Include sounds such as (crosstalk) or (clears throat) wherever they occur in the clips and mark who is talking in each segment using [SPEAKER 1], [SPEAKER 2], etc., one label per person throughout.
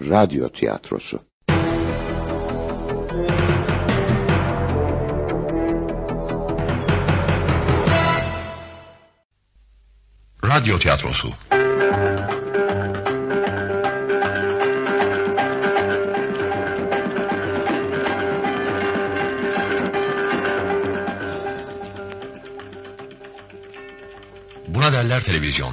[SPEAKER 1] Radyo tiyatrosu.
[SPEAKER 2] Radyo tiyatrosu. Buna derler televizyon.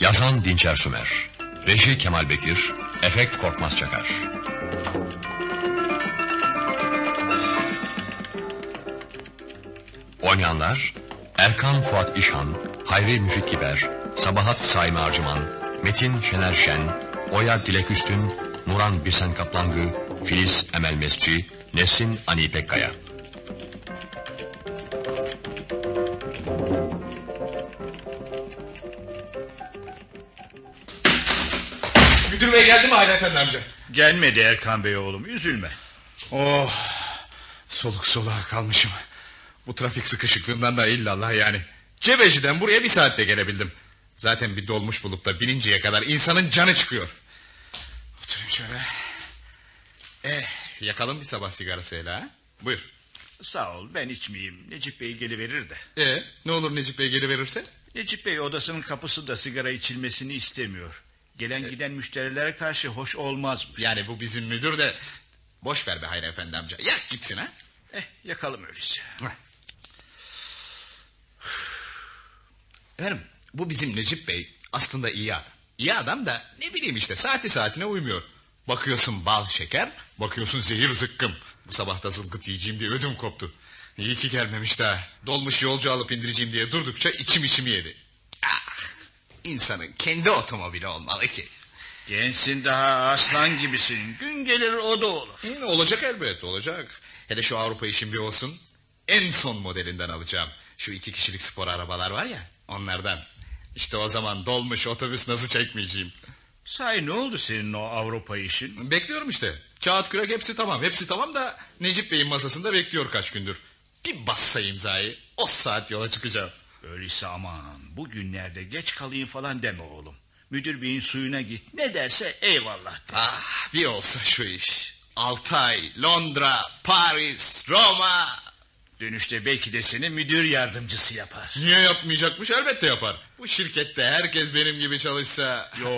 [SPEAKER 2] Yazan Dinçer Sümer. Reji Kemal Bekir. Efekt Korkmaz Çakar. Oynayanlar Erkan Fuat İşhan, Hayri Müfit Giber, Sabahat Saime Arcıman, Metin Şener Şen, Oya Dilek Üstün, Nuran Birsen Kaplangı, Filiz Emel Mesci, Nesin Ani Pekkaya.
[SPEAKER 3] Müdür bey geldi mi Hayri Efendi amca?
[SPEAKER 4] Gelmedi Erkan Bey oğlum üzülme.
[SPEAKER 3] Oh soluk soluğa kalmışım. Bu trafik sıkışıklığından da illallah yani. Cebeci'den buraya bir saatte gelebildim. Zaten bir dolmuş bulup da bininceye kadar insanın canı çıkıyor. Oturayım şöyle. Eh yakalım bir sabah sigarasıyla ha? Buyur.
[SPEAKER 4] Sağ ol ben içmeyeyim. Necip Bey geliverir de.
[SPEAKER 3] E ne olur Necip Bey geri verirse?
[SPEAKER 4] Necip Bey odasının kapısında sigara içilmesini istemiyor. Gelen giden müşterilere karşı hoş olmazmış.
[SPEAKER 3] Yani bu bizim müdür de... Boş ver be Hayri Efendi amca. Yak gitsin ha.
[SPEAKER 4] Eh yakalım öyleyse.
[SPEAKER 3] Efendim bu bizim Necip Bey aslında iyi adam. İyi adam da ne bileyim işte saati saatine uymuyor. Bakıyorsun bal şeker, bakıyorsun zehir zıkkım. Bu sabah da zılgıt yiyeceğim diye ödüm koptu. İyi ki gelmemiş daha. Dolmuş yolcu alıp indireceğim diye durdukça içim içimi yedi. Ah, insanın kendi otomobili olmalı ki.
[SPEAKER 4] Gençsin daha aslan gibisin. Gün gelir o da olur.
[SPEAKER 3] Hı, olacak elbet olacak. Hele şu Avrupa işim bir olsun. En son modelinden alacağım. Şu iki kişilik spor arabalar var ya onlardan. İşte o zaman dolmuş otobüs nasıl çekmeyeceğim.
[SPEAKER 4] Sahi ne oldu senin o Avrupa işin?
[SPEAKER 3] Bekliyorum işte. Kağıt kürek hepsi tamam. Hepsi tamam da Necip Bey'in masasında bekliyor kaç gündür. Bir bassa imzayı o saat yola çıkacağım.
[SPEAKER 4] Öyleyse aman bugünlerde geç kalayım falan deme oğlum. Müdür beyin suyuna git. Ne derse eyvallah.
[SPEAKER 3] Ah bir olsa şu iş. Altay, Londra, Paris, Roma.
[SPEAKER 4] Dönüşte belki de seni müdür yardımcısı yapar.
[SPEAKER 3] Niye yapmayacakmış elbette yapar. Bu şirkette herkes benim gibi çalışsa.
[SPEAKER 4] Yo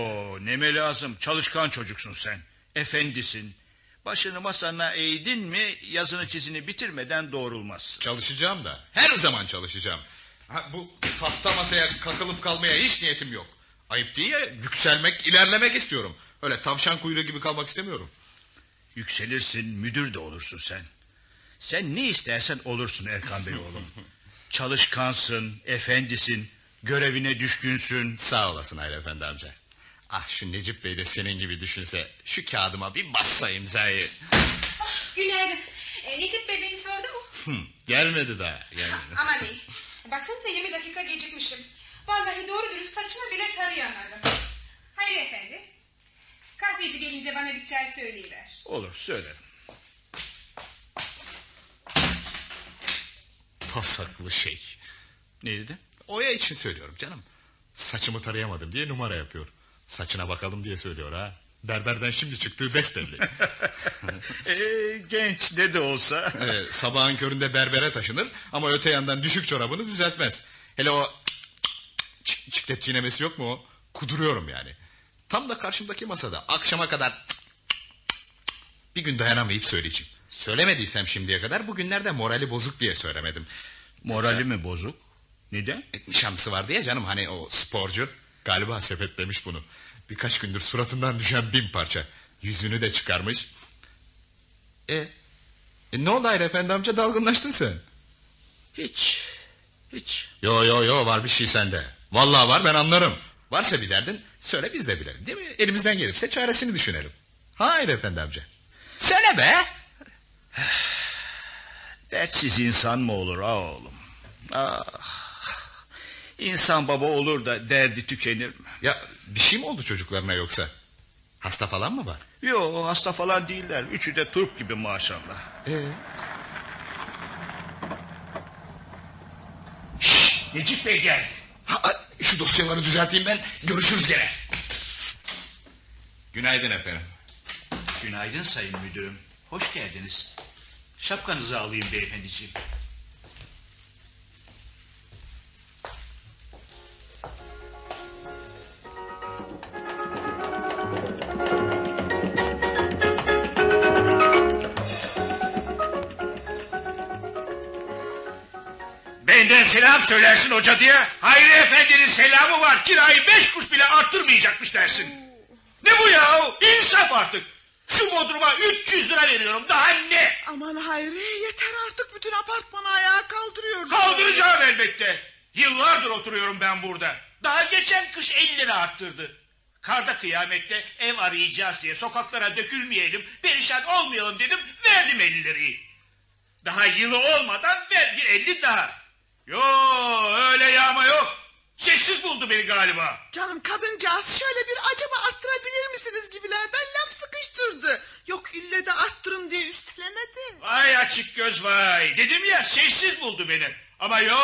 [SPEAKER 4] neme lazım çalışkan çocuksun sen. Efendisin. Başını masana eğdin mi yazını çizini bitirmeden doğrulmazsın.
[SPEAKER 3] Çalışacağım da her zaman çalışacağım. Ha, bu tahta masaya kakılıp kalmaya hiç niyetim yok. Ayıp değil ya yükselmek ilerlemek istiyorum. Öyle tavşan kuyruğu gibi kalmak istemiyorum.
[SPEAKER 4] Yükselirsin müdür de olursun sen. Sen ne istersen olursun Erkan Bey oğlum. Çalışkansın, efendisin, görevine düşkünsün.
[SPEAKER 3] Sağ olasın Hayri Efendi amca. Ah şu Necip Bey de senin gibi düşünse şu kağıdıma bir bassa imzayı.
[SPEAKER 5] Günaydın. E, Necip Bey beni sordu mu?
[SPEAKER 3] Hı, gelmedi daha. Gelmedi.
[SPEAKER 5] Aman iyi. Baksanıza 20 dakika gecikmişim. Vallahi doğru dürüst saçımı bile tarayamadım. Hayır efendi. Kahveci gelince bana bir çay söyleyiver.
[SPEAKER 4] Olur söylerim.
[SPEAKER 3] Pasaklı şey.
[SPEAKER 4] Ne dedi? (laughs)
[SPEAKER 3] Oya için söylüyorum canım. Saçımı tarayamadım diye numara yapıyor. Saçına bakalım diye söylüyor ha. Berberden şimdi çıktığı besbelli.
[SPEAKER 4] Ee, genç ne de olsa.
[SPEAKER 3] Ee, sabahın köründe berbere taşınır ama öte yandan düşük çorabını düzeltmez. Hele o çik- çiklet çiğnemesi yok mu o? Kuduruyorum yani. Tam da karşımdaki masada akşama kadar bir gün dayanamayıp söyleyeceğim. Söylemediysem şimdiye kadar bugünlerde morali bozuk diye söylemedim.
[SPEAKER 4] Morali mi bozuk? Neden?
[SPEAKER 3] E, Nişanlısı vardı ya canım hani o sporcu. Galiba sepetlemiş bunu. Birkaç gündür suratından düşen bin parça. Yüzünü de çıkarmış. E, e ne oldu Hayri Efendi amca dalgınlaştın sen?
[SPEAKER 4] Hiç. Hiç.
[SPEAKER 3] Yo yo yo var bir şey sende. Vallahi var ben anlarım. Varsa bir derdin söyle biz de bilelim değil mi? Elimizden gelirse çaresini düşünelim. Hayır efendi amca. Söyle be.
[SPEAKER 4] Dertsiz insan mı olur ha oğlum? Ah. İnsan baba olur da derdi tükenir mi?
[SPEAKER 3] Ya bir şey mi oldu çocuklarına yoksa? Hasta falan mı var?
[SPEAKER 4] Yo hasta falan değiller. Üçü de turp gibi maşallah. Necip Bey gel.
[SPEAKER 3] Ha, şu dosyaları düzelteyim ben. Görüşürüz gene. Günaydın efendim.
[SPEAKER 4] Günaydın sayın müdürüm. Hoş geldiniz. Şapkanızı alayım beyefendiciğim. Benden selam söylersin hoca diye. Hayri Efendi'nin selamı var. Kirayı beş kuruş bile arttırmayacakmış dersin. Ne bu ya? İnsaf artık. Şu bodruma 300 lira veriyorum. Daha ne?
[SPEAKER 1] Aman Hayri yeter artık bütün apartmanı ayağa kaldırıyoruz.
[SPEAKER 4] Kaldıracağım elbette. Yıllardır oturuyorum ben burada. Daha geçen kış 50 lira arttırdı. Karda kıyamette ev arayacağız diye sokaklara dökülmeyelim, perişan olmayalım dedim, verdim 50 lirayı. Daha yılı olmadan vergi 50 daha. Yo öyle yağma yok. Sessiz buldu beni galiba.
[SPEAKER 1] Canım kadıncağız şöyle bir acaba arttırabilir misiniz gibilerden laf sıkıştırdı. Yok ille de arttırın diye üstelemedi.
[SPEAKER 4] Vay açık göz vay. Dedim ya sessiz buldu beni. Ama yo.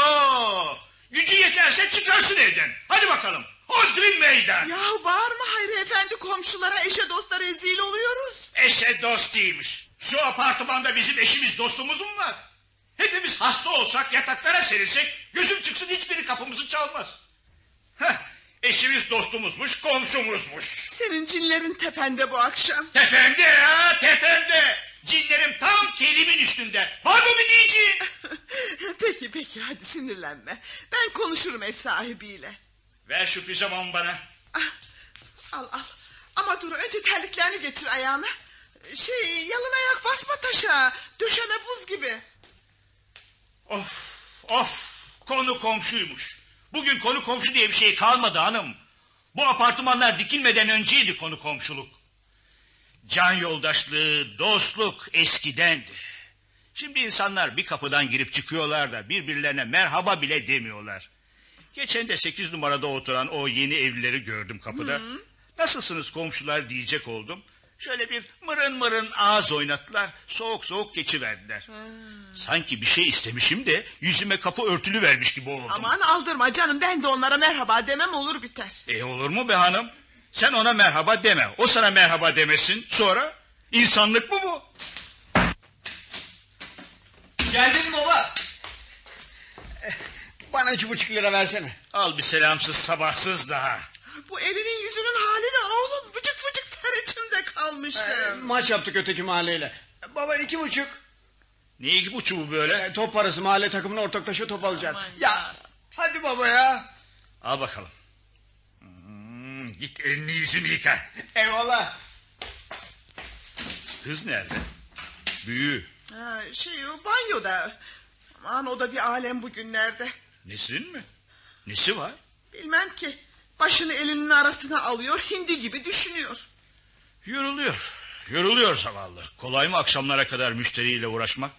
[SPEAKER 4] Gücü yeterse çıkarsın evden. Hadi bakalım. Hodri meydan.
[SPEAKER 1] Ya bağırma Hayri efendi komşulara eşe dosta rezil oluyoruz.
[SPEAKER 4] Eşe dost değilmiş. Şu apartmanda bizim eşimiz dostumuz mu var? Hepimiz hasta olsak yataklara serilsek gözüm çıksın hiçbiri kapımızı çalmaz. Heh, eşimiz dostumuzmuş komşumuzmuş.
[SPEAKER 1] Senin cinlerin tepende bu akşam. (laughs)
[SPEAKER 4] Tepemde ya tepemde. Cinlerim tam telimin üstünde. Var mı bir diyeceğin?
[SPEAKER 1] peki peki hadi sinirlenme. Ben konuşurum ev sahibiyle.
[SPEAKER 4] Ver şu pijamamı bana.
[SPEAKER 1] Ah, Al al. Ama dur önce terliklerini geçir ayağına. Şey yalın ayak basma taşa. Döşeme buz gibi.
[SPEAKER 4] Of of konu komşuymuş. Bugün konu komşu diye bir şey kalmadı hanım. Bu apartmanlar dikilmeden önceydi konu komşuluk. Can yoldaşlığı, dostluk eskidendi. Şimdi insanlar bir kapıdan girip çıkıyorlar da birbirlerine merhaba bile demiyorlar. Geçen de 8 numarada oturan o yeni evlileri gördüm kapıda. Nasılsınız komşular diyecek oldum. Şöyle bir mırın mırın ağız oynattılar. Soğuk soğuk geçiverdiler. Sanki bir şey istemişim de yüzüme kapı örtülü vermiş gibi oldum.
[SPEAKER 1] Aman aldırma canım ben de onlara merhaba demem olur biter.
[SPEAKER 4] E olur mu be hanım? Sen ona merhaba deme. O sana merhaba demesin. Sonra insanlık mı bu?
[SPEAKER 6] Geldin baba. Bana iki buçuk lira versene.
[SPEAKER 4] Al bir selamsız sabahsız daha.
[SPEAKER 1] Bu elinin yüzünün haline oğlum vıcık vıcık ter içinde kalmışım.
[SPEAKER 6] Maç yaptık öteki mahalleyle. Baba iki buçuk.
[SPEAKER 4] Ne iki buçuğu böyle?
[SPEAKER 6] E, top parası mahalle takımına ortaklaşa top alacağız.
[SPEAKER 1] Aman
[SPEAKER 6] ya. Hadi baba ya.
[SPEAKER 4] Al bakalım. Hmm, git elini yüzünü yıka.
[SPEAKER 6] Eyvallah.
[SPEAKER 4] Kız nerede? Büyü.
[SPEAKER 1] Ha, şey o banyoda. Aman o da bir alem bugünlerde.
[SPEAKER 4] Nesrin mi? Nesi var?
[SPEAKER 1] Bilmem ki başını elinin arasına alıyor hindi gibi düşünüyor.
[SPEAKER 4] Yoruluyor. Yoruluyor zavallı. Kolay mı akşamlara kadar müşteriyle uğraşmak?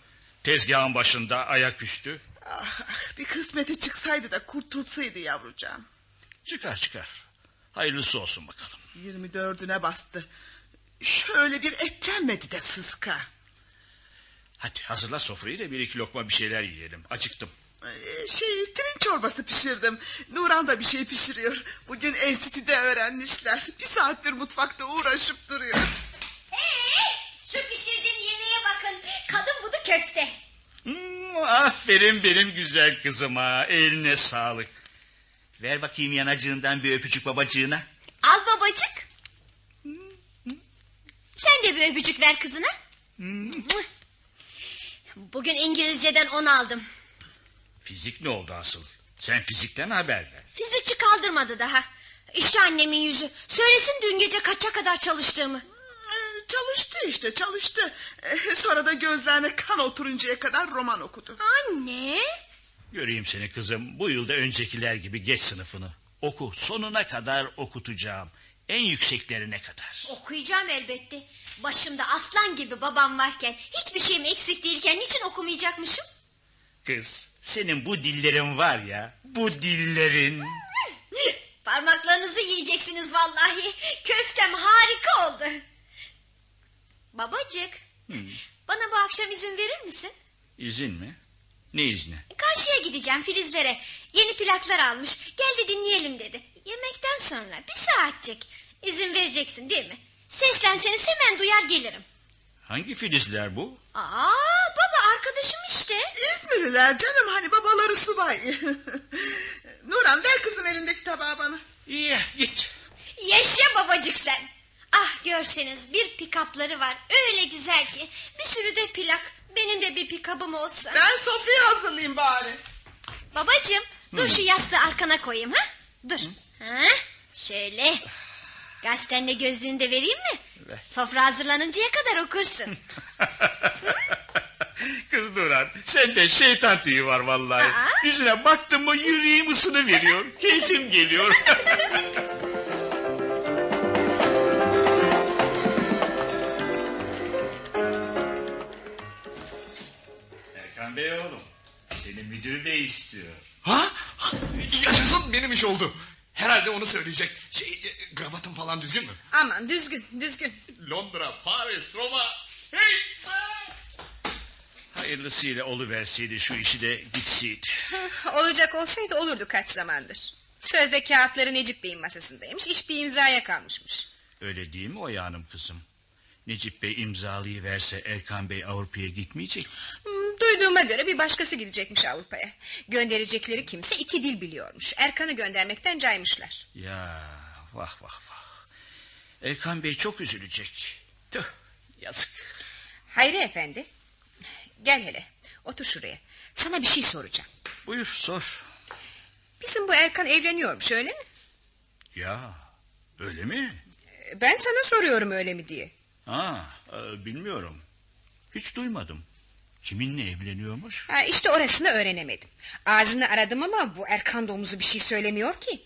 [SPEAKER 4] Tezgahın başında ayaküstü.
[SPEAKER 1] Ah, ah, bir kısmeti çıksaydı da kurtulsaydı yavrucağım.
[SPEAKER 4] Çıkar çıkar. Hayırlısı olsun bakalım.
[SPEAKER 1] 24'üne bastı. Şöyle bir etlenmedi de sıska.
[SPEAKER 4] Hadi hazırla sofrayı da bir iki lokma bir şeyler yiyelim. Acıktım.
[SPEAKER 1] Ee, Şey pirinç çorbası pişirdim. Nuran da bir şey pişiriyor. Bugün enstitüde öğrenmişler. Bir saattir mutfakta uğraşıp duruyor.
[SPEAKER 7] Hey, şu pişirdiğim yemeğe bakın. Kadın budu köfte.
[SPEAKER 4] Hmm, aferin benim güzel kızıma. Eline sağlık. Ver bakayım yanacığından bir öpücük babacığına.
[SPEAKER 7] Al babacık. Sen de bir öpücük ver kızına.
[SPEAKER 4] Hmm.
[SPEAKER 7] Bugün İngilizceden on aldım.
[SPEAKER 4] Fizik ne oldu asıl? Sen fizikten haber ver.
[SPEAKER 7] Fizikçi kaldırmadı daha. İşte annemin yüzü. Söylesin dün gece kaça kadar çalıştığımı.
[SPEAKER 1] Ee, Çalıştı işte çalıştı. Ee, Sonra da gözlerine kan oturuncaya kadar roman okudu.
[SPEAKER 7] Anne.
[SPEAKER 4] Göreyim seni kızım. Bu yılda öncekiler gibi geç sınıfını. Oku sonuna kadar okutacağım. En yükseklerine kadar.
[SPEAKER 7] Okuyacağım elbette. Başımda aslan gibi babam varken hiçbir şeyim eksik değilken niçin okumayacakmışım?
[SPEAKER 4] Kız senin bu dillerin var ya. Bu dillerin.
[SPEAKER 7] Parmaklarını canınızı yiyeceksiniz vallahi. Köftem harika oldu. Babacık. Bana bu akşam izin verir misin?
[SPEAKER 4] İzin mi? Ne izni?
[SPEAKER 7] Karşıya gideceğim Filizlere. Yeni plaklar almış. Gel de dinleyelim dedi. Yemekten sonra bir saatcik. İzin vereceksin değil mi? Seslenseniz hemen duyar gelirim.
[SPEAKER 4] Hangi filizler bu?
[SPEAKER 7] Aa baba arkadaşım işte.
[SPEAKER 1] İzmirliler canım hani babaları subay. (laughs) Nuran ver kızın elindeki tabağı bana.
[SPEAKER 4] İyi git.
[SPEAKER 7] Yaşa babacık sen. Ah görseniz bir pikapları var. Öyle güzel ki. Bir sürü de plak. Benim de bir pikabım olsa.
[SPEAKER 1] Ben sofrayı hazırlayayım bari.
[SPEAKER 7] Babacığım dur şu yastığı arkana koyayım ha? Dur. Ha? Şöyle. Gazetenle gözlüğünü de vereyim mi? Sofra hazırlanıncaya kadar okursun.
[SPEAKER 4] (laughs) Kız Duran sende şeytan tüyü var vallahi.
[SPEAKER 7] Aa.
[SPEAKER 4] Yüzüne baktım mı yüreğim ısını veriyor. Keyfim geliyor. (laughs) Erkan Bey oğlum seni müdür bey istiyor.
[SPEAKER 3] Ha? Ha, Yaşasın benim iş oldu. Herhalde onu söyleyecek. Şey, e, kravatım falan düzgün mü?
[SPEAKER 5] Aman düzgün düzgün.
[SPEAKER 3] Londra, Paris, Roma. Hey! Ha!
[SPEAKER 4] Hayırlısıyla oluverseydi şu işi de gitseydi.
[SPEAKER 5] Olacak olsaydı olurdu kaç zamandır. Sözde kağıtları Necip Bey'in masasındaymış. İş bir imzaya kalmışmış.
[SPEAKER 4] Öyle değil mi Oya Hanım kızım? Necip Bey imzalıyı verse Erkan Bey Avrupa'ya gitmeyecek.
[SPEAKER 5] Hmm, Duyduğuma göre bir başkası gidecekmiş Avrupa'ya. Gönderecekleri kimse iki dil biliyormuş. Erkan'ı göndermekten caymışlar.
[SPEAKER 4] Ya vah vah vah. Erkan Bey çok üzülecek. Tüh yazık.
[SPEAKER 5] Hayri efendi. Gel hele. Otur şuraya. Sana bir şey soracağım.
[SPEAKER 4] Buyur sor.
[SPEAKER 5] Bizim bu Erkan evleniyormuş öyle mi?
[SPEAKER 4] Ya öyle mi?
[SPEAKER 5] Ee, Ben sana soruyorum öyle mi diye.
[SPEAKER 4] Ha e, bilmiyorum. Hiç duymadım. Kiminle evleniyormuş?
[SPEAKER 5] Ha, işte orasını öğrenemedim. Ağzını aradım ama bu Erkan domuzu bir şey söylemiyor ki.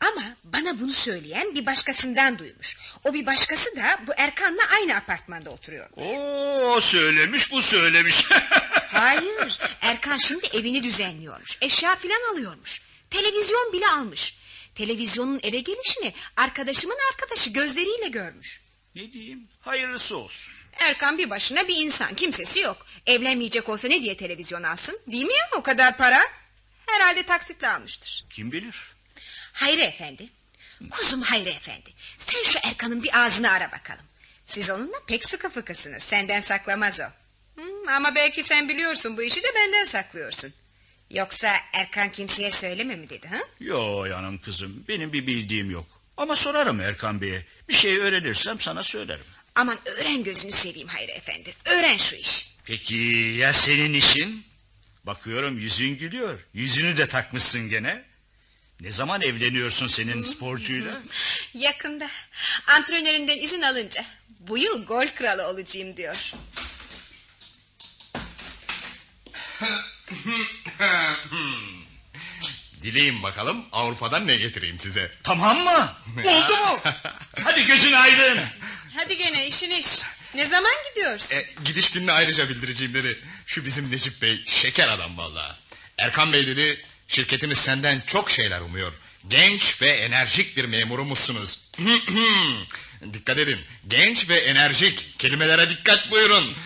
[SPEAKER 5] Ama bana bunu söyleyen bir başkasından duymuş. O bir başkası da bu Erkan'la aynı apartmanda oturuyor.
[SPEAKER 4] Oo o söylemiş bu söylemiş. (laughs)
[SPEAKER 5] Hayır, Erkan şimdi evini düzenliyormuş. Eşya filan alıyormuş. Televizyon bile almış. Televizyonun eve gelişini arkadaşımın arkadaşı gözleriyle görmüş.
[SPEAKER 4] ne diyeyim? Hayırlısı olsun.
[SPEAKER 5] Erkan bir başına bir insan, kimsesi yok. Evlenmeyecek olsa ne diye televizyon alsın? Değil mi ya o kadar para? Herhalde taksitle almıştır.
[SPEAKER 4] Kim bilir?
[SPEAKER 5] Hayri efendi. Kuzum Hayri efendi. Sen şu Erkan'ın bir ağzını ara bakalım. Siz onunla pek sıkı fıkısınız. Senden saklamaz o. Hmm, ama belki sen biliyorsun bu işi de benden saklıyorsun. Yoksa Erkan kimseye söyleme mi dedi ha?
[SPEAKER 4] Yo yanım kızım benim bir bildiğim yok. Ama sorarım Erkan Bey'e. Bir şey öğrenirsem sana söylerim.
[SPEAKER 5] Aman öğren gözünü seveyim Hayri efendi. Öğren şu işi.
[SPEAKER 4] Peki ya senin işin? Bakıyorum yüzün gülüyor. Yüzünü de takmışsın gene. Ne zaman evleniyorsun senin sporcuyla?
[SPEAKER 5] (laughs) Yakında antrenöründen izin alınca bu yıl gol kralı olacağım diyor.
[SPEAKER 3] Dileyin bakalım Avrupa'dan ne getireyim size.
[SPEAKER 4] tamam mı? Oldu mu? (laughs) Hadi gözün aydın.
[SPEAKER 5] Hadi gene işin iş. Ne zaman gidiyoruz?
[SPEAKER 3] E, gidiş gününü ayrıca bildireceğim dedi. Şu bizim Necip Bey şeker adam valla. Erkan Bey dedi şirketimiz senden çok şeyler umuyor. Genç ve enerjik bir memurumuzsunuz. (clears throat) dikkat edin. Genç ve enerjik. Kelimelere dikkat buyurun.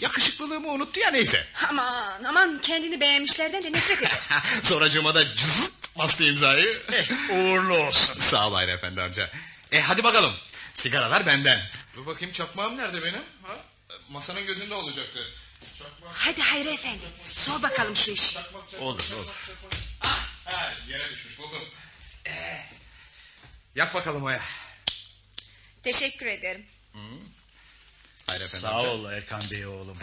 [SPEAKER 3] Yakışıklılığımı unuttu ya neyse. (laughs)
[SPEAKER 5] Aman aman kendini beğenmişlerden de nefret eder.
[SPEAKER 3] Sonracığıma da cızıt bastı imzayı.
[SPEAKER 4] Uğurlu olsun.
[SPEAKER 3] Sağ ol Hayri Efendi amca. E hadi bakalım. Sigaralar benden. Dur bakayım çakmağım nerede benim? Ha? Masanın gözünde olacaktı. Çakmak,
[SPEAKER 5] Hadi Hayri Efendi sor bakalım şu işi.
[SPEAKER 3] çakmak, çakmak.
[SPEAKER 4] Olur olur.
[SPEAKER 3] Ha, yere düşmüş buldum. E, yap bakalım Oya.
[SPEAKER 5] Teşekkür ederim.
[SPEAKER 3] Hayri Efendi
[SPEAKER 4] Sağ
[SPEAKER 3] amca.
[SPEAKER 4] ol Erkan Bey oğlum.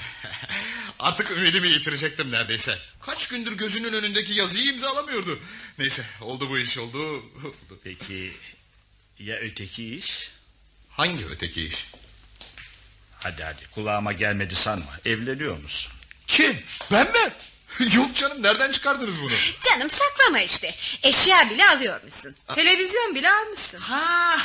[SPEAKER 3] (laughs) Artık ümidimi yitirecektim neredeyse. Kaç gündür gözünün önündeki yazıyı imzalamıyordu. Neyse oldu bu iş oldu.
[SPEAKER 4] Peki ya öteki iş?
[SPEAKER 3] Hangi öteki iş?
[SPEAKER 4] Hadi hadi kulağıma gelmedi sanma. Evleniyor musun?
[SPEAKER 3] Kim? Ben mi? (laughs) Yok canım nereden çıkardınız bunu?
[SPEAKER 8] Canım saklama işte. Eşya bile alıyormuşsun. Televizyon bile almışsın.
[SPEAKER 3] Ha.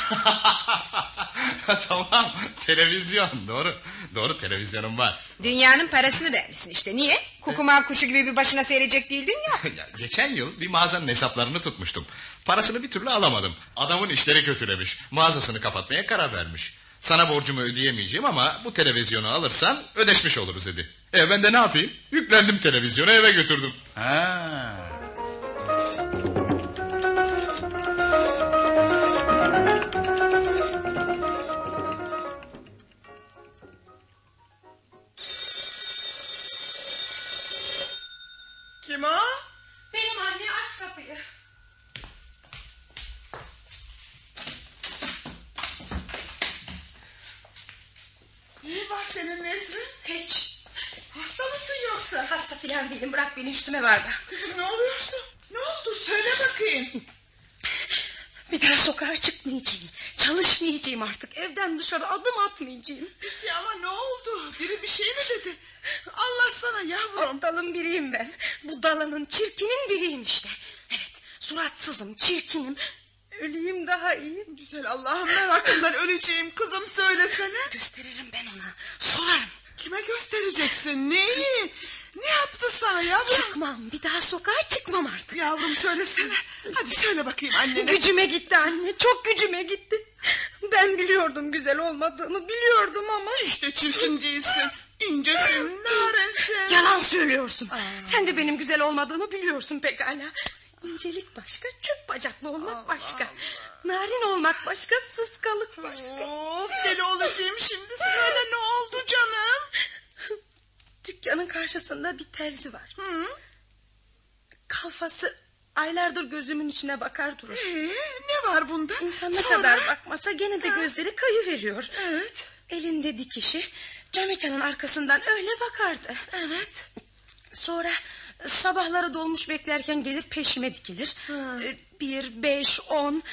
[SPEAKER 3] (laughs) tamam televizyon doğru. Doğru televizyonum var.
[SPEAKER 8] Dünyanın parasını vermişsin işte. Niye? Kukumav kuşu gibi bir başına seyredecek değildin ya.
[SPEAKER 3] (laughs) Ya, geçen yıl bir mağazanın hesaplarını tutmuştum. Parasını bir türlü alamadım. Adamın işleri kötülemiş. Mağazasını kapatmaya karar vermiş. Sana borcumu ödeyemeyeceğim ama bu televizyonu alırsan ödeşmiş oluruz dedi. E ben de ne yapayım? Yüklendim televizyonu eve götürdüm.
[SPEAKER 4] Ha.
[SPEAKER 1] Kim o?
[SPEAKER 5] Benim anne aç kapıyı.
[SPEAKER 1] İyi var senin Nesrin.
[SPEAKER 5] Hiç.
[SPEAKER 1] Hasta mısın yoksa?
[SPEAKER 5] Hasta filan değilim. Bırak beni üstüme var da.
[SPEAKER 1] Kızım ne oluyorsun? Ne oldu? Söyle bakayım.
[SPEAKER 5] Bir daha sokağa çıkmayacağım. Çalışmayacağım artık. Evden dışarı adım atmayacağım.
[SPEAKER 1] Peki ama ne oldu? Biri bir şey mi dedi? Anlatsana yavrum.
[SPEAKER 5] Aptalın biriyim ben. Bu dalanın çirkinin biriyim işte. Evet suratsızım, çirkinim. Öleyim daha iyi.
[SPEAKER 1] Güzel Allah'ım merakından öleceğim kızım söylesene.
[SPEAKER 5] Gösteririm ben ona. Sorarım.
[SPEAKER 1] Kime göstereceksin? Neyi? Ne yaptı sana yavrum?
[SPEAKER 5] Çıkmam. Bir daha sokağa çıkmam artık.
[SPEAKER 1] Yavrum söylesene. Hadi söyle bakayım annene.
[SPEAKER 5] Gücüme gitti anne. Çok gücüme gitti. Ben biliyordum güzel olmadığını. Biliyordum ama.
[SPEAKER 1] İşte çirkin değilsin. İncesin, narensin.
[SPEAKER 5] Yalan söylüyorsun. Sen de benim güzel olmadığımı biliyorsun pekala. İncelik başka, çöp bacaklı olmak başka. Narin olmak başka, sıskalık başka.
[SPEAKER 1] Of deli olacağım şimdi. Söyle ne oldu canım?
[SPEAKER 5] Dükkanın karşısında bir terzi var. Kalfası aylardır gözümün içine bakar durur.
[SPEAKER 1] Ee, ne var bunda?
[SPEAKER 5] İnsan ne
[SPEAKER 1] Sonra-
[SPEAKER 5] kadar bakmasa gene de gözleri kayı veriyor.
[SPEAKER 1] Evet.
[SPEAKER 5] Elinde dikişi cam mekanın arkasından öyle bakardı. Evet. Sonra sabahları dolmuş beklerken gelir peşime dikilir. Ee, Bir, beş, on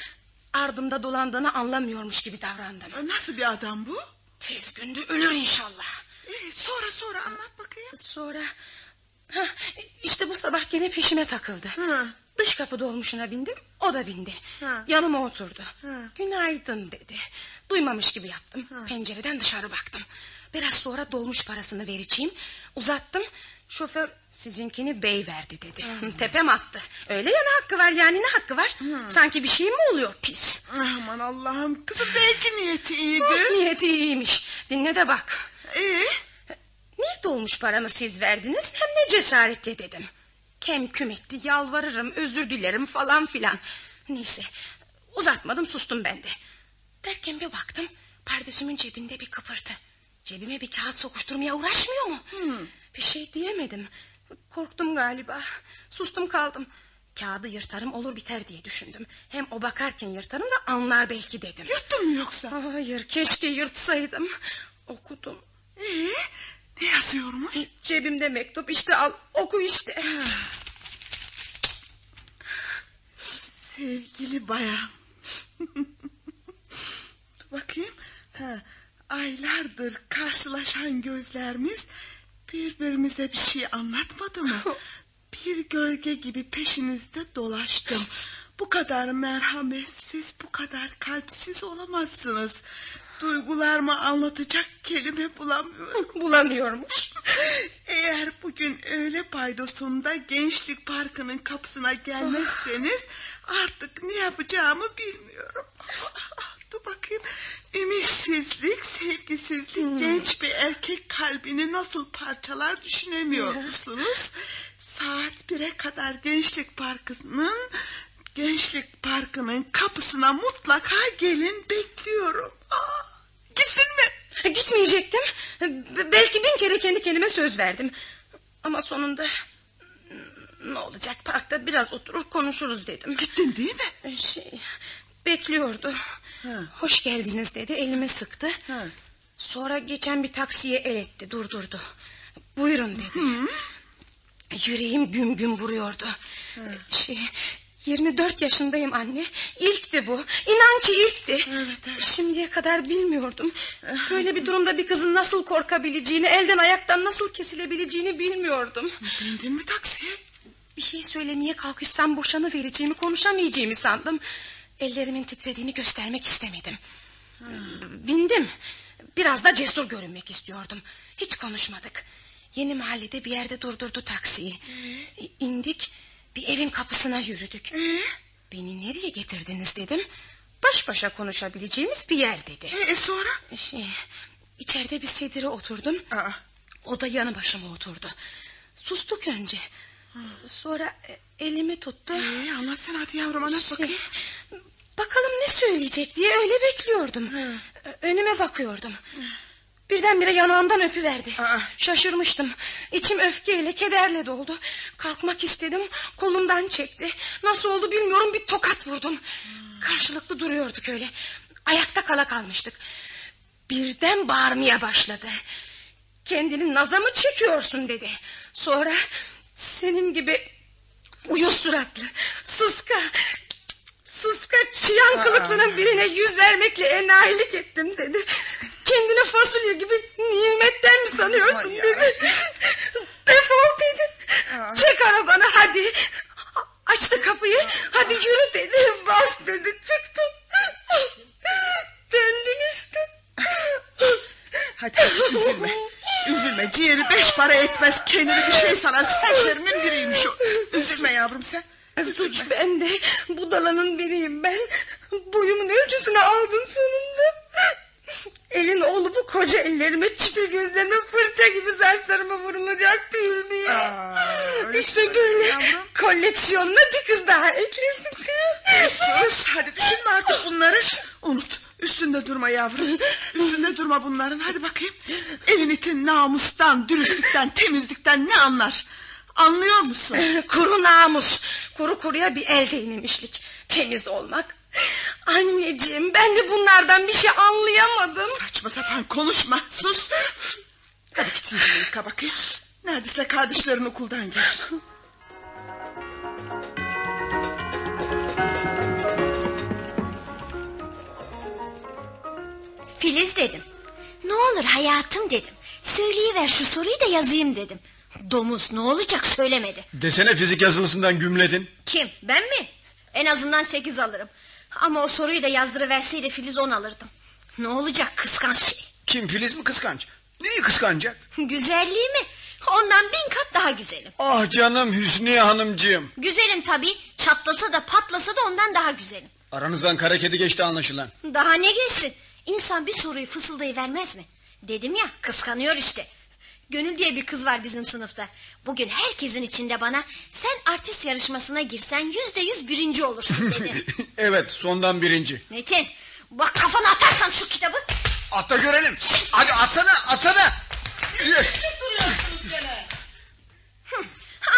[SPEAKER 5] ardımda dolandığını anlamıyormuş gibi davrandım.
[SPEAKER 1] Nasıl bir adam bu?
[SPEAKER 5] Tez günde ölür inşallah.
[SPEAKER 1] Ee, sonra sonra anlat bakayım.
[SPEAKER 5] Sonra ha, işte bu sabah gene peşime takıldı.
[SPEAKER 1] Hı.
[SPEAKER 5] Dış kapı dolmuşuna bindim o da bindi.
[SPEAKER 1] Hı.
[SPEAKER 5] Yanıma oturdu.
[SPEAKER 1] Hı.
[SPEAKER 5] Günaydın dedi. Duymamış gibi yaptım. Pencereden dışarı baktım. Biraz sonra dolmuş parasını vereceğim. Uzattım. Şoför sizinkini bey verdi dedi. (laughs) Tepem attı. Öyle ya ne hakkı var yani ne hakkı var? Sanki bir şey mi oluyor pis?
[SPEAKER 1] Aman Allah'ım kızım belki niyeti
[SPEAKER 5] Yok,
[SPEAKER 1] iyiydi.
[SPEAKER 5] Niyeti iyiymiş. Dinle de bak.
[SPEAKER 1] Ee,
[SPEAKER 5] Niye dolmuş paramı siz verdiniz hem de cesaretle dedim. Kem küm etti yalvarırım özür dilerim falan filan. Neyse uzatmadım sustum ben de. Derken bir baktım pardesümün cebinde bir kıpırtı. Cebime bir kağıt sokuşturmaya uğraşmıyor mu?
[SPEAKER 1] Hmm.
[SPEAKER 5] Bir şey diyemedim. Korktum galiba. Sustum kaldım. Kağıdı yırtarım olur biter diye düşündüm. Hem o bakarken yırtarım da anlar belki dedim.
[SPEAKER 1] yırttın mı yoksa?
[SPEAKER 5] Hayır keşke yırtsaydım. Okudum.
[SPEAKER 1] Ee, ne yazıyormuş?
[SPEAKER 5] Cebimde mektup işte al oku işte. (laughs)
[SPEAKER 1] Sevgili bayan. (laughs) Dur Bakayım. Ha, aylardır karşılaşan gözlerimiz birbirimize bir şey anlatmadı mı? Bir gölge gibi peşinizde dolaştım. Bu kadar merhametsiz, bu kadar kalpsiz olamazsınız. Duygularımı anlatacak kelime bulamıyorum.
[SPEAKER 5] Bulanıyormuş.
[SPEAKER 1] Eğer bugün öğle paydosunda gençlik parkının kapısına gelmezseniz artık ne yapacağımı bilmiyorum. Ah, Dur bakayım. Ümitsizlik, sevgisizlik genç bir erkek kalbini nasıl parçalar düşünemiyor musunuz? Saat bire kadar gençlik parkının gençlik parkının kapısına mutlaka gelin bekliyorum. Aa, gittin mi?
[SPEAKER 5] Gitmeyecektim. B- belki bin kere kendi kendime söz verdim. Ama sonunda ne olacak parkta biraz oturur konuşuruz dedim.
[SPEAKER 1] Gittin değil mi?
[SPEAKER 5] Şey bekliyordu. Hoş geldiniz dedi elime sıktı.
[SPEAKER 1] Ha.
[SPEAKER 5] Sonra geçen bir taksiye el etti durdurdu. Buyurun dedi. Yüreğim güm güm vuruyordu. Şey 24 yaşındayım anne. İlkti bu. İnan ki ilkti. Şimdiye kadar bilmiyordum. Böyle bir durumda bir kızın nasıl korkabileceğini, elden ayaktan nasıl kesilebileceğini bilmiyordum.
[SPEAKER 1] Bindin mi taksiye?
[SPEAKER 5] Bir şey söylemeye kalkışsam boşanı vereceğimi, konuşamayacağımı sandım. Ellerimin titrediğini göstermek istemedim. Bindim. Biraz da cesur görünmek istiyordum. Hiç konuşmadık. Yeni mahallede bir yerde durdurdu taksiyi. İ- İndik. Bir evin kapısına yürüdük. Beni nereye getirdiniz dedim. Baş başa konuşabileceğimiz bir yer dedi.
[SPEAKER 1] E, e sonra?
[SPEAKER 5] Şey, içeride bir sedire oturdum.
[SPEAKER 1] Aa.
[SPEAKER 5] O da yanı başıma oturdu. Sustuk önce. Sonra e, elimi tuttu.
[SPEAKER 1] E, anlatsana hadi yavrum anlat
[SPEAKER 5] Şey,
[SPEAKER 1] bakayım.
[SPEAKER 5] bakalım ne söyleyecek diye öyle bekliyordum. Ö- Önüme bakıyordum. Birdenbire yanağımdan öpüverdi.
[SPEAKER 1] Aa.
[SPEAKER 5] Şaşırmıştım. İçim öfkeyle, kederle doldu. Kalkmak istedim. Kolumdan çekti. Nasıl oldu bilmiyorum bir tokat vurdum. Karşılıklı duruyorduk öyle. Ayakta kala kalmıştık. Birden bağırmaya başladı. Kendini naza mı çekiyorsun dedi. Sonra senin gibi uyuz suratlı, sıska, sıska çıyan kılıklının birine yüz vermekle enayilik ettim dedi. Kendini fasulye gibi nimetten mi sanıyorsun
[SPEAKER 1] Aman ya.
[SPEAKER 5] dedi. (laughs) Defol dedi. Çek arabanı hadi. A- Açtı kapıyı. Hadi yürü dedi. Bas dedi. Çıktım. Döndüm işte.
[SPEAKER 1] Hadi üzülme.
[SPEAKER 5] (laughs)
[SPEAKER 1] Üzülme ciğeri beş para etmez. Kendini bir şey sanan serserinin biriymiş o. Üzülme yavrum sen.
[SPEAKER 5] Suç bende. Budalanın biriyim ben. Boyumun ölçüsünü aldım sonunda. Elin oğlu bu koca ellerime çipi gözlerime fırça gibi saçlarıma vurulacak değil mi?
[SPEAKER 1] Aa, öyle
[SPEAKER 5] işte
[SPEAKER 1] söyleme
[SPEAKER 5] böyle
[SPEAKER 1] yavrum.
[SPEAKER 5] koleksiyonuna bir kız daha eklesin diye.
[SPEAKER 1] Sus hadi düşünme artık bunları. Unut. Üstünde durma yavrum. Üstünde durma bunların. Hadi bakayım. Elin itin namustan, dürüstlükten, temizlikten ne anlar? Anlıyor musun?
[SPEAKER 5] Kuru namus. Kuru kuruya bir el değmemişlik. Temiz olmak. Anneciğim ben de bunlardan bir şey anlayamadım.
[SPEAKER 1] Saçma sapan konuşma. Sus. Hadi git yüzünü yıka bakayım. Neredeyse kardeşlerin okuldan gelir.
[SPEAKER 7] Filiz dedim. Ne olur hayatım dedim. Söyleyiver şu soruyu da yazayım dedim. Domuz ne olacak söylemedi.
[SPEAKER 6] Desene fizik yazılısından gümledin. (laughs)
[SPEAKER 7] Kim ben mi? En azından sekiz alırım. Ama o soruyu da yazdırıverseydi Filiz on alırdım. Ne olacak kıskanç şey. (laughs)
[SPEAKER 6] Kim Filiz mi kıskanç? Neyi kıskanacak?
[SPEAKER 7] Güzelliği mi? Ondan bin kat daha güzelim.
[SPEAKER 6] Ah canım Hüsniye hanımcığım.
[SPEAKER 7] Güzelim tabii. Çatlasa da patlasa da ondan daha güzelim.
[SPEAKER 6] Aranızdan kara kedi geçti anlaşılan.
[SPEAKER 7] Daha ne gelsin? İnsan bir soruyu fısıldayıvermez mi? Dedim ya kıskanıyor işte. Gönül diye bir kız var bizim sınıfta. Bugün herkesin içinde bana sen artist yarışmasına girsen yüzde yüz birinci olursun
[SPEAKER 6] (laughs)
[SPEAKER 7] dedi.
[SPEAKER 6] evet sondan birinci.
[SPEAKER 7] Metin bak kafana atarsam şu kitabı.
[SPEAKER 6] At da görelim. Hadi atsana atsana. Yes.
[SPEAKER 7] Hı,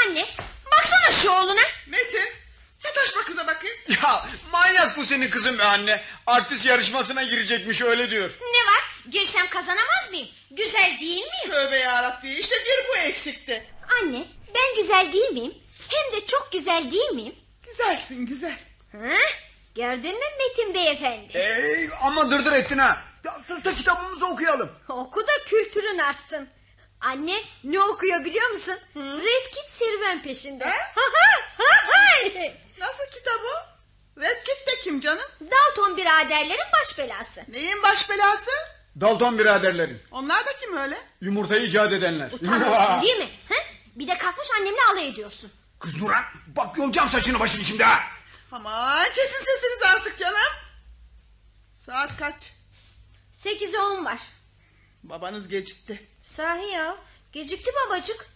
[SPEAKER 7] Anne baksana şu oğluna.
[SPEAKER 1] Metin sataşma kıza bakayım.
[SPEAKER 6] Ya manyak bu senin kızım be anne. Artist yarışmasına girecekmiş öyle diyor.
[SPEAKER 7] Ne var girsem kazanamaz mıyım? Güzel değil miyim?
[SPEAKER 1] Tövbe yarabbim işte bir bu eksikti.
[SPEAKER 7] Anne ben güzel değil miyim? Hem de çok güzel değil miyim?
[SPEAKER 1] Güzelsin güzel.
[SPEAKER 7] Hı? Gördün mü Metin beyefendi?
[SPEAKER 6] Ey ama dırdır ettin ha. Ee, Ya sus da kitabımızı okuyalım.
[SPEAKER 7] Oku da kültürün artsın. Anne ne okuyor biliyor musun? Red Kit serüven peşinde. Ha ha ha ha.
[SPEAKER 1] E, Nasıl kitap o? Red Kit de kim canım?
[SPEAKER 7] Dalton biraderlerin baş belası.
[SPEAKER 1] Neyin baş belası?
[SPEAKER 6] Dalton biraderlerin.
[SPEAKER 1] Onlar da kim öyle?
[SPEAKER 6] Yumurtayı icat edenler.
[SPEAKER 7] Utanmıyorsun değil mi? Hı? Bir de kalkmış annemle alay ediyorsun.
[SPEAKER 6] Kız Nurhan bak yolacağım saçını başını şimdi ha.
[SPEAKER 1] Aman kesin sesiniz artık canım. Saat kaç?
[SPEAKER 7] Sekize on var.
[SPEAKER 1] Babanız gecikti.
[SPEAKER 7] Sahi ya gecikti babacık.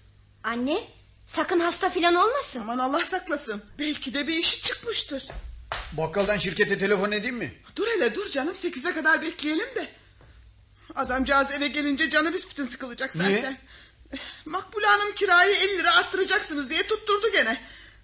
[SPEAKER 7] Anne sakın hasta filan olmasın.
[SPEAKER 1] Aman Allah saklasın. Belki de bir işi çıkmıştır.
[SPEAKER 6] Bakkaldan şirkete telefon edeyim mi?
[SPEAKER 1] Dur hele dur canım sekize kadar bekleyelim de. Adamcağız eve gelince canı büsbütün sıkılacak zaten.
[SPEAKER 6] Niye?
[SPEAKER 1] Makbule Hanım kirayı 50 lira arttıracaksınız diye tutturdu gene.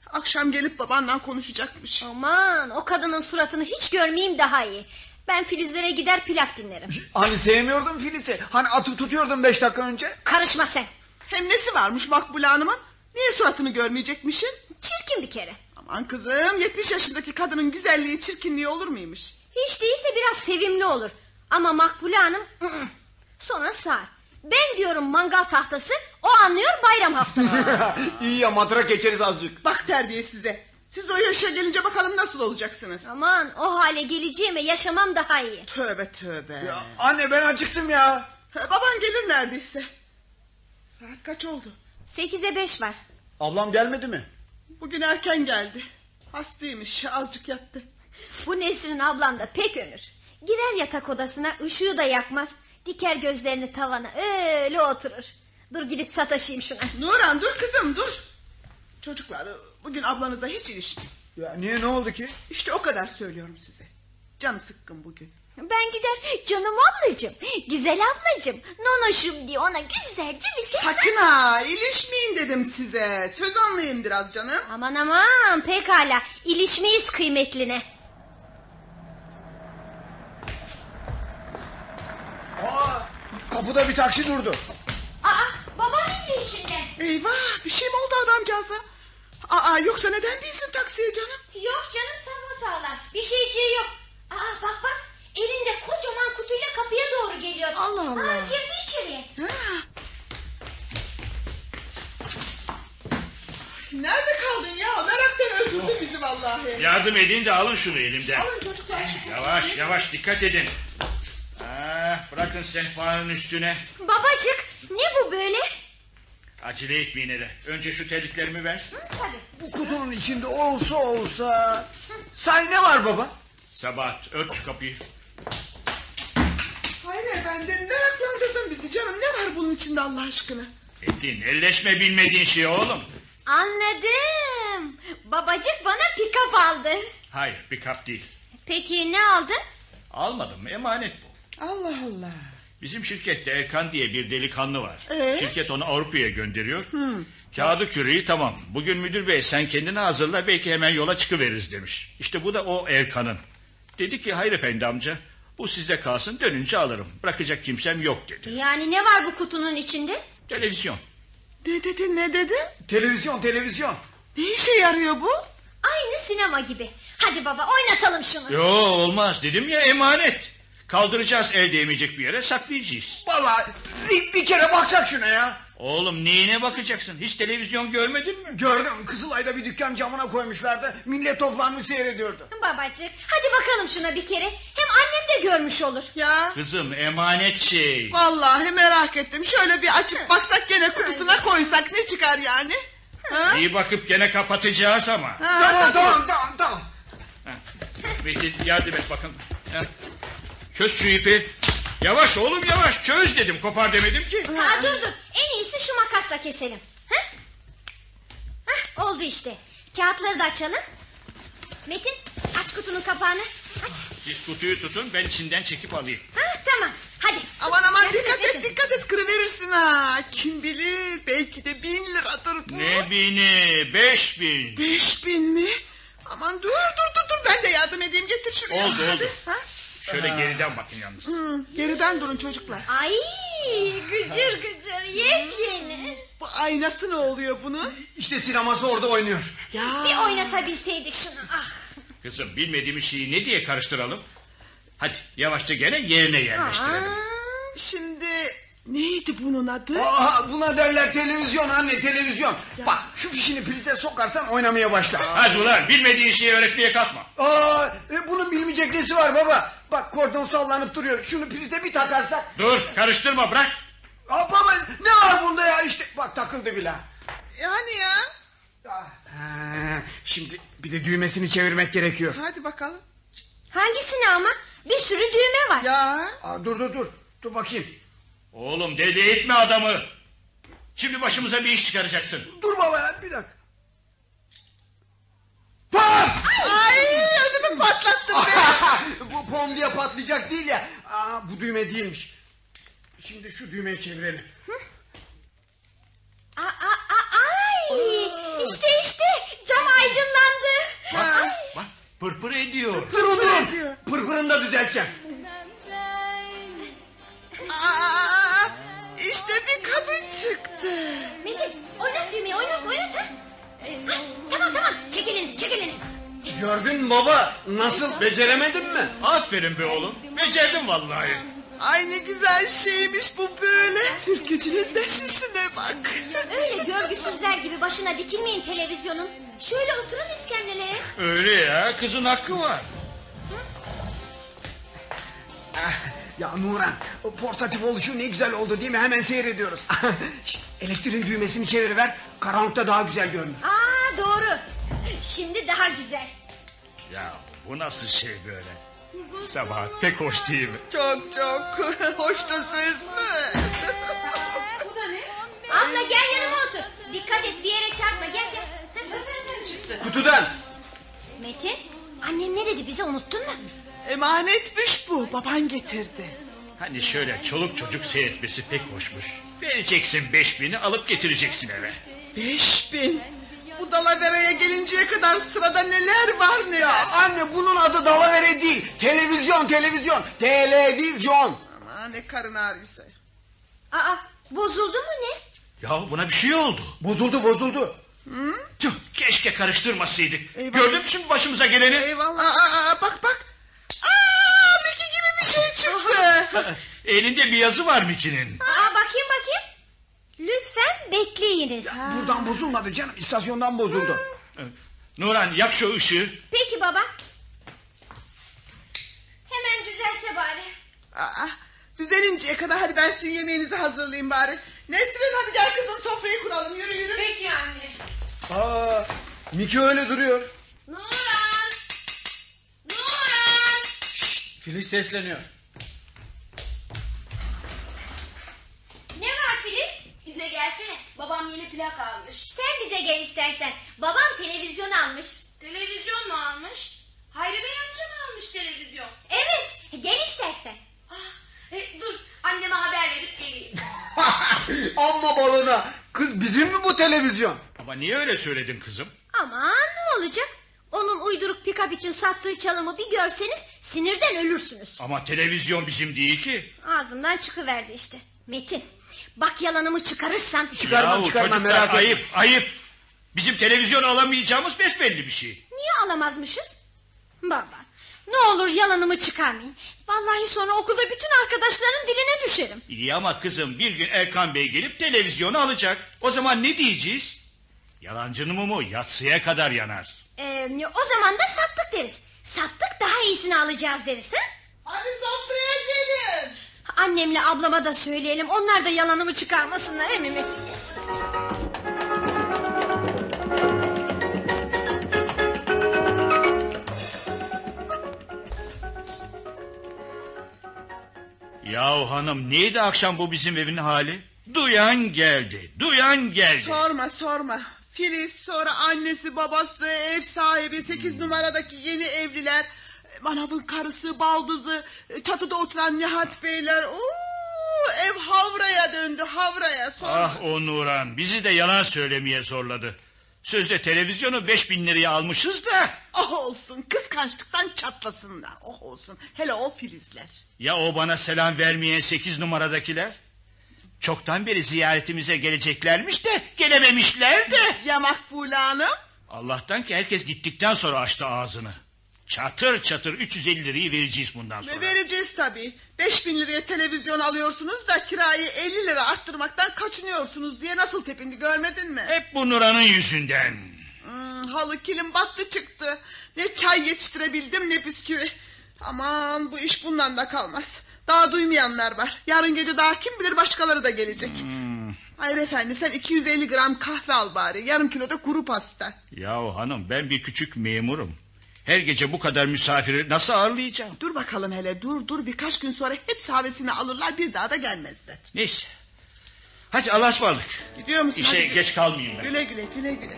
[SPEAKER 1] Akşam gelip babanla konuşacakmış.
[SPEAKER 7] Aman o kadının suratını hiç görmeyeyim daha iyi. Ben Filizlere gider plak dinlerim.
[SPEAKER 6] Hani sevmiyordun Filiz'i. Hani atıp tutuyordun beş dakika önce.
[SPEAKER 7] Karışma sen.
[SPEAKER 1] Hem nesi varmış Makbule Hanım'ın? Niye suratını görmeyecekmişin?
[SPEAKER 7] Çirkin bir kere.
[SPEAKER 1] Aman Aman kızım 70 yaşındaki kadının güzelliği çirkinliği olur muymuş?
[SPEAKER 7] Hiç değilse biraz sevimli olur. Ama Makbule Hanım ı-ı. sonra sağır. Ben diyorum mangal tahtası o anlıyor
[SPEAKER 6] (laughs)
[SPEAKER 7] bayram haftası.
[SPEAKER 6] (laughs) İyi ya matrak geçeriz azıcık.
[SPEAKER 1] Bak terbiye size. Siz o yaşa gelince bakalım nasıl olacaksınız.
[SPEAKER 7] Aman o hale geleceğime yaşamam daha iyi.
[SPEAKER 1] Tövbe tövbe.
[SPEAKER 6] Ya anne ben acıktım ya.
[SPEAKER 1] Ha, Baban gelir neredeyse. Saat kaç oldu?
[SPEAKER 7] Sekize beş var.
[SPEAKER 6] Ablam gelmedi mi?
[SPEAKER 1] Bugün erken geldi. Hastaymış azıcık yattı.
[SPEAKER 7] Bu Nesrin ablam da pek ömür. Girer yatak odasına ışığı da yakmaz. Diker gözlerini tavana öyle oturur. Dur gidip sataşayım şuna.
[SPEAKER 1] Nuran dur kızım dur. Çocuklar bugün ablanızla hiç ilişki.
[SPEAKER 6] Ya niye ne oldu ki?
[SPEAKER 1] İşte o kadar söylüyorum size. Canı sıkkın bugün.
[SPEAKER 7] Ben gider canım ablacığım, güzel ablacığım, nonoşum diye ona güzelce bir şey...
[SPEAKER 1] Sakın ha ilişmeyin dedim size. Söz anlayayım biraz canım.
[SPEAKER 7] Aman aman pekala ilişmeyiz kıymetline.
[SPEAKER 6] Aa, kapıda bir taksi durdu.
[SPEAKER 7] Aa babam indi içinden.
[SPEAKER 1] Eyvah bir şey mi oldu adamcağıza? Aa yoksa neden değilsin taksiye canım?
[SPEAKER 7] Yok canım sapasağlam bir şeyciği yok. Aa bak bak elinde kocaman kutuyla kapıya doğru geliyor.
[SPEAKER 1] Allah Allah.
[SPEAKER 7] Aa girdi içeriye.
[SPEAKER 1] Ha. Nerede kaldın ya? Meraktan öldürdü
[SPEAKER 6] Ah.
[SPEAKER 1] bizi vallahi.
[SPEAKER 4] Yardım edin de alın şunu elimden.
[SPEAKER 1] Alın çocuklar.
[SPEAKER 4] Yavaş yavaş dikkat edin. Aa, bırakın sehpanın üstüne.
[SPEAKER 7] Babacık ne bu böyle?
[SPEAKER 4] Acele etmeyin hele. Önce şu terliklerimi ver.
[SPEAKER 7] Hı, tabii.
[SPEAKER 6] Bu kutunun içinde olsa olsa... Say ne var baba?
[SPEAKER 4] Sabahat ört şu kapıyı.
[SPEAKER 1] Hayır efendim meraklandırdın bizi canım. Ne var bunun içinde Allah aşkına?
[SPEAKER 4] Etin elleşme bilmediğin şey oğlum.
[SPEAKER 7] Anladım. Babacık bana pikap aldı.
[SPEAKER 4] Hayır bir kap değil.
[SPEAKER 7] Peki ne aldı?
[SPEAKER 4] Almadım emanet bu.
[SPEAKER 1] Allah Allah.
[SPEAKER 4] Bizim şirkette Erkan diye bir delikanlı var.
[SPEAKER 1] Ee?
[SPEAKER 4] Şirket onu Avrupa'ya gönderiyor. Kağıdı küreği tamam. Bugün müdür bey sen kendini hazırla belki hemen yola çıkıveririz demiş. İşte bu da o Erkan'ın. Dedi ki hayır efendi amca bu sizde kalsın dönünce alırım. Bırakacak kimsem yok dedi.
[SPEAKER 7] Yani ne var bu kutunun içinde?
[SPEAKER 4] Televizyon.
[SPEAKER 1] Ne dedi ne dedi?
[SPEAKER 6] Televizyon televizyon.
[SPEAKER 1] Ne işe yarıyor bu?
[SPEAKER 7] Aynı sinema gibi. Hadi baba oynatalım şunu.
[SPEAKER 4] Yo olmaz dedim ya emanet. Kaldıracağız el değmeyecek bir yere saklayacağız.
[SPEAKER 6] Valla bir, bir kere baksak şuna ya.
[SPEAKER 4] Oğlum neyine bakacaksın? Hiç televizyon görmedin mi?
[SPEAKER 6] Gördüm Kızılay'da bir dükkan camına koymuşlardı. Millet toplanmış seyrediyordu.
[SPEAKER 7] Babacık hadi bakalım şuna bir kere. Hem annem de görmüş olur.
[SPEAKER 1] Ya
[SPEAKER 4] Kızım emanet şey.
[SPEAKER 1] vallahi merak ettim. Şöyle bir açıp baksak gene kutusuna koysak ne çıkar yani? Ha?
[SPEAKER 4] İyi bakıp gene kapatacağız ama.
[SPEAKER 6] Tamam tamam tamam tamam.
[SPEAKER 4] Metin yardım et bakın. Ha. Çöz şu ipi. Yavaş oğlum yavaş çöz dedim kopar demedim ki.
[SPEAKER 7] Ha, dur dur en iyisi şu makasla keselim. Heh. Heh, oldu işte. Kağıtları da açalım. Metin aç kutunun kapağını. Aç.
[SPEAKER 4] Siz kutuyu tutun ben içinden çekip alayım.
[SPEAKER 7] Ha, tamam hadi.
[SPEAKER 1] Aman aman
[SPEAKER 7] Yardım
[SPEAKER 1] dikkat
[SPEAKER 7] edin.
[SPEAKER 1] et dikkat et kırıverirsin ha. Kim bilir belki de bin liradır bu.
[SPEAKER 4] Ne bini beş bin.
[SPEAKER 1] Beş bin mi? Aman dur dur dur dur ben de yardım edeyim getir şuraya.
[SPEAKER 4] Oldu,
[SPEAKER 1] Hadi.
[SPEAKER 4] oldu.
[SPEAKER 1] Ha?
[SPEAKER 4] Şöyle geriden bakın yalnız.
[SPEAKER 1] Hı, geriden durun çocuklar.
[SPEAKER 7] Ay gıcır gıcır yepyeni.
[SPEAKER 1] Bu aynası ne oluyor bunun?
[SPEAKER 6] İşte sineması orada oynuyor.
[SPEAKER 1] Ya
[SPEAKER 7] Bir oynatabilseydik şunu. Ah.
[SPEAKER 4] Kızım bilmediğimiz şeyi ne diye karıştıralım? Hadi yavaşça gene yerine yerleştirelim.
[SPEAKER 1] şimdi neydi bunun adı?
[SPEAKER 6] Aa, buna derler televizyon anne televizyon. Bak şu fişini prize sokarsan oynamaya başlar.
[SPEAKER 4] Hadi ulan bilmediğin şeyi öğretmeye kalkma.
[SPEAKER 6] Aa, e, bunun bilmeyecek nesi var baba? Bak kordon sallanıp duruyor. Şunu prize bir takarsak.
[SPEAKER 4] Dur karıştırma bırak.
[SPEAKER 6] Aa, baba ne var bunda ya işte. Bak takıldı bile.
[SPEAKER 1] Yani ya.
[SPEAKER 6] Ah, ha, Şimdi bir de düğmesini çevirmek gerekiyor.
[SPEAKER 1] Hadi bakalım.
[SPEAKER 7] Hangisini ama? Bir sürü düğme var.
[SPEAKER 1] Ya
[SPEAKER 6] Aa, dur dur dur. Dur bakayım.
[SPEAKER 4] Oğlum deli etme adamı. Şimdi başımıza bir iş çıkaracaksın.
[SPEAKER 6] Dur baba ya bir dakika. Pam!
[SPEAKER 1] ay ödümü patlattın
[SPEAKER 6] (laughs)
[SPEAKER 1] be.
[SPEAKER 6] bu pom diye patlayacak değil ya. Aa, bu düğme değilmiş. Şimdi şu düğmeyi çevirelim.
[SPEAKER 7] Aa, aa, aa, ay. İşte işte cam aydınlandı. Ay.
[SPEAKER 4] Bak pırpır ediyor.
[SPEAKER 6] Durun durun.
[SPEAKER 1] ediyor.
[SPEAKER 6] Pırpırını da düzelteceğim.
[SPEAKER 1] Aa, işte bir kadın çıktı.
[SPEAKER 7] Metin oynat düğmeyi oynat oynat. Ha? Tamam tamam çekilin çekilin.
[SPEAKER 6] Gördün mü baba nasıl beceremedin mi?
[SPEAKER 4] Aferin be oğlum. Becerdin vallahi.
[SPEAKER 1] Ay ne güzel şeymiş bu böyle. Türkücünün de sisine bak.
[SPEAKER 7] Öyle görgüsüzler gibi başına dikilmeyin televizyonun. Şöyle oturun iskemlelere.
[SPEAKER 4] Öyle ya kızın hakkı var.
[SPEAKER 6] Ya Nuran o portatif oluşu ne güzel oldu değil mi? Hemen seyrediyoruz. (laughs) Şişt, Elektriğin düğmesini çeviriver karanlıkta daha güzel görünür.
[SPEAKER 7] Aa doğru. Şimdi daha güzel.
[SPEAKER 4] Ya bu nasıl şey böyle? Sabah pek hoş değil mi?
[SPEAKER 1] Çok çok (laughs) hoştasınız mı?
[SPEAKER 7] Abla gel yanıma otur. Dikkat et bir yere çarpma gel gel.
[SPEAKER 6] Kutudan.
[SPEAKER 7] Metin annem ne dedi bize unuttun mu?
[SPEAKER 1] Emanetmiş bu. Baban getirdi.
[SPEAKER 4] Hani şöyle çoluk çocuk seyretmesi pek hoşmuş. Vereceksin beş bini alıp getireceksin eve.
[SPEAKER 1] Beş bin. Bu dalaveraya gelinceye kadar sırada neler var neler.
[SPEAKER 6] Anne bunun adı dalavere değil. Televizyon televizyon. Televizyon.
[SPEAKER 1] Aman ne karın ağrıysa.
[SPEAKER 7] Aa bozuldu mu ne?
[SPEAKER 4] Ya buna bir şey oldu.
[SPEAKER 6] Bozuldu bozuldu.
[SPEAKER 4] Tüh, keşke karıştırmasaydık.
[SPEAKER 1] Eyvah.
[SPEAKER 4] Gördün mü şimdi başımıza geleni?
[SPEAKER 1] Eyvallah. Aa, aa, aa, bak bak. Aa, Mickey gibi bir şey çıktı.
[SPEAKER 4] Elinde bir yazı var Miki'nin.
[SPEAKER 7] Aa bakayım bakayım. Lütfen bekleyiniz.
[SPEAKER 6] Buradan bozulmadı canım istasyondan bozuldu.
[SPEAKER 4] Nuran yak şu ışığı.
[SPEAKER 7] Peki baba. Hemen düzelse bari.
[SPEAKER 1] Aa, düzelinceye kadar hadi ben sizin yemeğinizi hazırlayayım bari. Nesrin hadi gel kızım sofrayı kuralım yürü yürü.
[SPEAKER 8] Peki anne.
[SPEAKER 6] Aa, Miki öyle duruyor.
[SPEAKER 7] Nuran! Nuran!
[SPEAKER 6] Filiz sesleniyor.
[SPEAKER 7] Ne var Filiz? Bize gelsene. Babam yeni plak almış. Sen bize gel istersen. Babam televizyon almış.
[SPEAKER 9] Televizyon mu almış? Hayri Bey amca mı almış televizyon?
[SPEAKER 7] Evet, gel istersen.
[SPEAKER 9] Ah, e, dur anneme haber verip geleyim.
[SPEAKER 6] (laughs) Amma balona. Kız bizim mi bu televizyon?
[SPEAKER 4] Ama niye öyle söyledin kızım?
[SPEAKER 7] Aman ne olacak? Onun uyduruk pikap için sattığı çalımı bir görseniz sinirden ölürsünüz.
[SPEAKER 4] Ama televizyon bizim değil ki.
[SPEAKER 7] Ağzımdan çıkıverdi işte. Metin, bak yalanımı çıkarırsan...
[SPEAKER 6] Çıkarmam,
[SPEAKER 4] Yahu
[SPEAKER 6] çıkarmam,
[SPEAKER 4] çocuklar,
[SPEAKER 6] merak etme.
[SPEAKER 4] ayıp ayıp. Bizim televizyon alamayacağımız besbelli bir şey.
[SPEAKER 7] Niye alamazmışız? Baba, ne olur yalanımı çıkarmayın. Vallahi sonra okulda bütün arkadaşların diline düşerim.
[SPEAKER 4] İyi ama kızım bir gün Erkan Bey gelip televizyonu alacak. O zaman ne diyeceğiz? Yalancının mumu yatsıya kadar yanar.
[SPEAKER 7] Ee, o zaman da sattık deriz. Sattık daha iyisini alacağız deriz. Ha?
[SPEAKER 1] Hadi sofraya gelin.
[SPEAKER 7] Annemle ablama da söyleyelim. Onlar da yalanımı çıkarmasınlar emmi.
[SPEAKER 4] Yahu hanım neydi akşam bu bizim evin hali? Duyan geldi, duyan geldi.
[SPEAKER 1] Sorma sorma. Filiz sonra annesi babası ev sahibi 8 numaradaki yeni evliler. Manav'ın karısı baldızı çatıda oturan Nihat beyler. Oo, ev havraya döndü havraya. Sorma.
[SPEAKER 4] Ah o Nuran bizi de yalan söylemeye zorladı. Sözde televizyonu beş bin liraya almışız da.
[SPEAKER 1] Ah olsun kıskançlıktan çatlasınlar. Oh olsun hele o filizler.
[SPEAKER 4] Ya o bana selam vermeyen sekiz numaradakiler? Çoktan beri ziyaretimize geleceklermiş de gelememişler de.
[SPEAKER 1] Ya Makbule Hanım?
[SPEAKER 4] Allah'tan ki herkes gittikten sonra açtı ağzını. Çatır çatır 350 lirayı vereceğiz bundan sonra.
[SPEAKER 1] Ne vereceğiz tabii. Beş bin liraya televizyon alıyorsunuz da kirayı 50 lira arttırmaktan kaçınıyorsunuz diye nasıl tepindi görmedin mi?
[SPEAKER 4] Hep bu Nuran'ın yüzünden.
[SPEAKER 1] Hmm, halı kilim battı çıktı. Ne çay yetiştirebildim ne bisküvi. Aman bu iş bundan da kalmaz. Daha duymayanlar var. Yarın gece daha kim bilir başkaları da gelecek.
[SPEAKER 4] Hmm.
[SPEAKER 1] Hayır efendi sen 250 gram kahve al bari. Yarım kilo da kuru pasta.
[SPEAKER 4] Yahu hanım ben bir küçük memurum. Her gece bu kadar misafiri nasıl ağırlayacağım?
[SPEAKER 1] Dur bakalım hele dur dur birkaç gün sonra hepsi havesini alırlar bir daha da gelmezler.
[SPEAKER 4] Neyse. Hadi Allah'a ısmarladık.
[SPEAKER 1] Gidiyor musun?
[SPEAKER 4] İşe
[SPEAKER 1] Hadi.
[SPEAKER 4] geç kalmayayım ben.
[SPEAKER 1] Güle güle güle güle.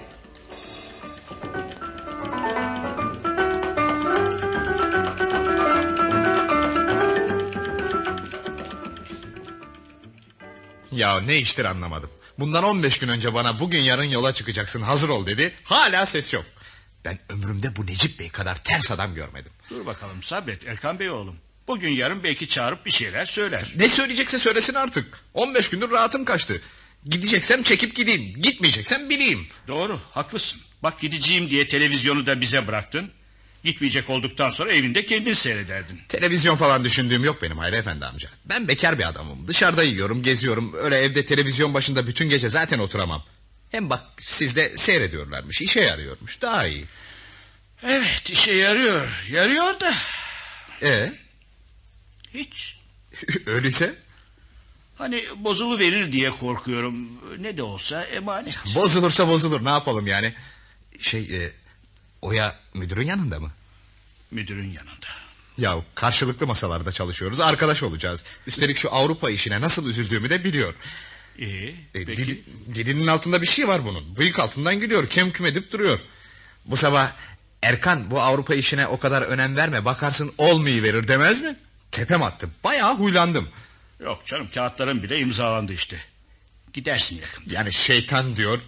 [SPEAKER 3] Ya ne iştir anlamadım. Bundan 15 gün önce bana bugün yarın yola çıkacaksın hazır ol dedi. Hala ses yok. Ben ömrümde bu Necip Bey kadar ters adam görmedim.
[SPEAKER 4] Dur bakalım sabret Erkan Bey oğlum. Bugün yarın belki çağırıp bir şeyler söyler.
[SPEAKER 3] Ne söyleyecekse söylesin artık. 15 gündür rahatım kaçtı. Gideceksem çekip gideyim. Gitmeyeceksem bileyim.
[SPEAKER 4] Doğru haklısın. Bak gideceğim diye televizyonu da bize bıraktın. Gitmeyecek olduktan sonra evinde kendin seyrederdin.
[SPEAKER 3] Televizyon falan düşündüğüm yok benim Hayri Efendi amca. Ben bekar bir adamım. Dışarıda yiyorum, geziyorum. Öyle evde televizyon başında bütün gece zaten oturamam. Hem bak sizde seyrediyorlarmış, işe yarıyormuş. Daha iyi.
[SPEAKER 4] Evet işe yarıyor. Yarıyor da
[SPEAKER 3] E (laughs)
[SPEAKER 4] hiç.
[SPEAKER 3] öyleyse
[SPEAKER 4] Hani bozulu verir diye korkuyorum. Ne de olsa emanet.
[SPEAKER 3] bozulursa bozulur ne yapalım yani. Şey e, Oya müdürün yanında mı?
[SPEAKER 4] (laughs) Müdürün yanında.
[SPEAKER 3] Ya karşılıklı masalarda çalışıyoruz arkadaş olacağız. Üstelik şu Avrupa işine nasıl üzüldüğümü de biliyor.
[SPEAKER 4] İyi.
[SPEAKER 3] E,
[SPEAKER 4] peki.
[SPEAKER 3] dil- dilinin altında bir şey var bunun. Bıyık altından gülüyor. Kem küm edip duruyor. Bu sabah Erkan bu Avrupa işine o kadar önem verme. Bakarsın olmayı verir demez mi? Tepem attı. Bayağı huylandım.
[SPEAKER 4] Yok canım kağıtların bile imzalandı işte. Gidersin yakın.
[SPEAKER 3] Yani şeytan diyor.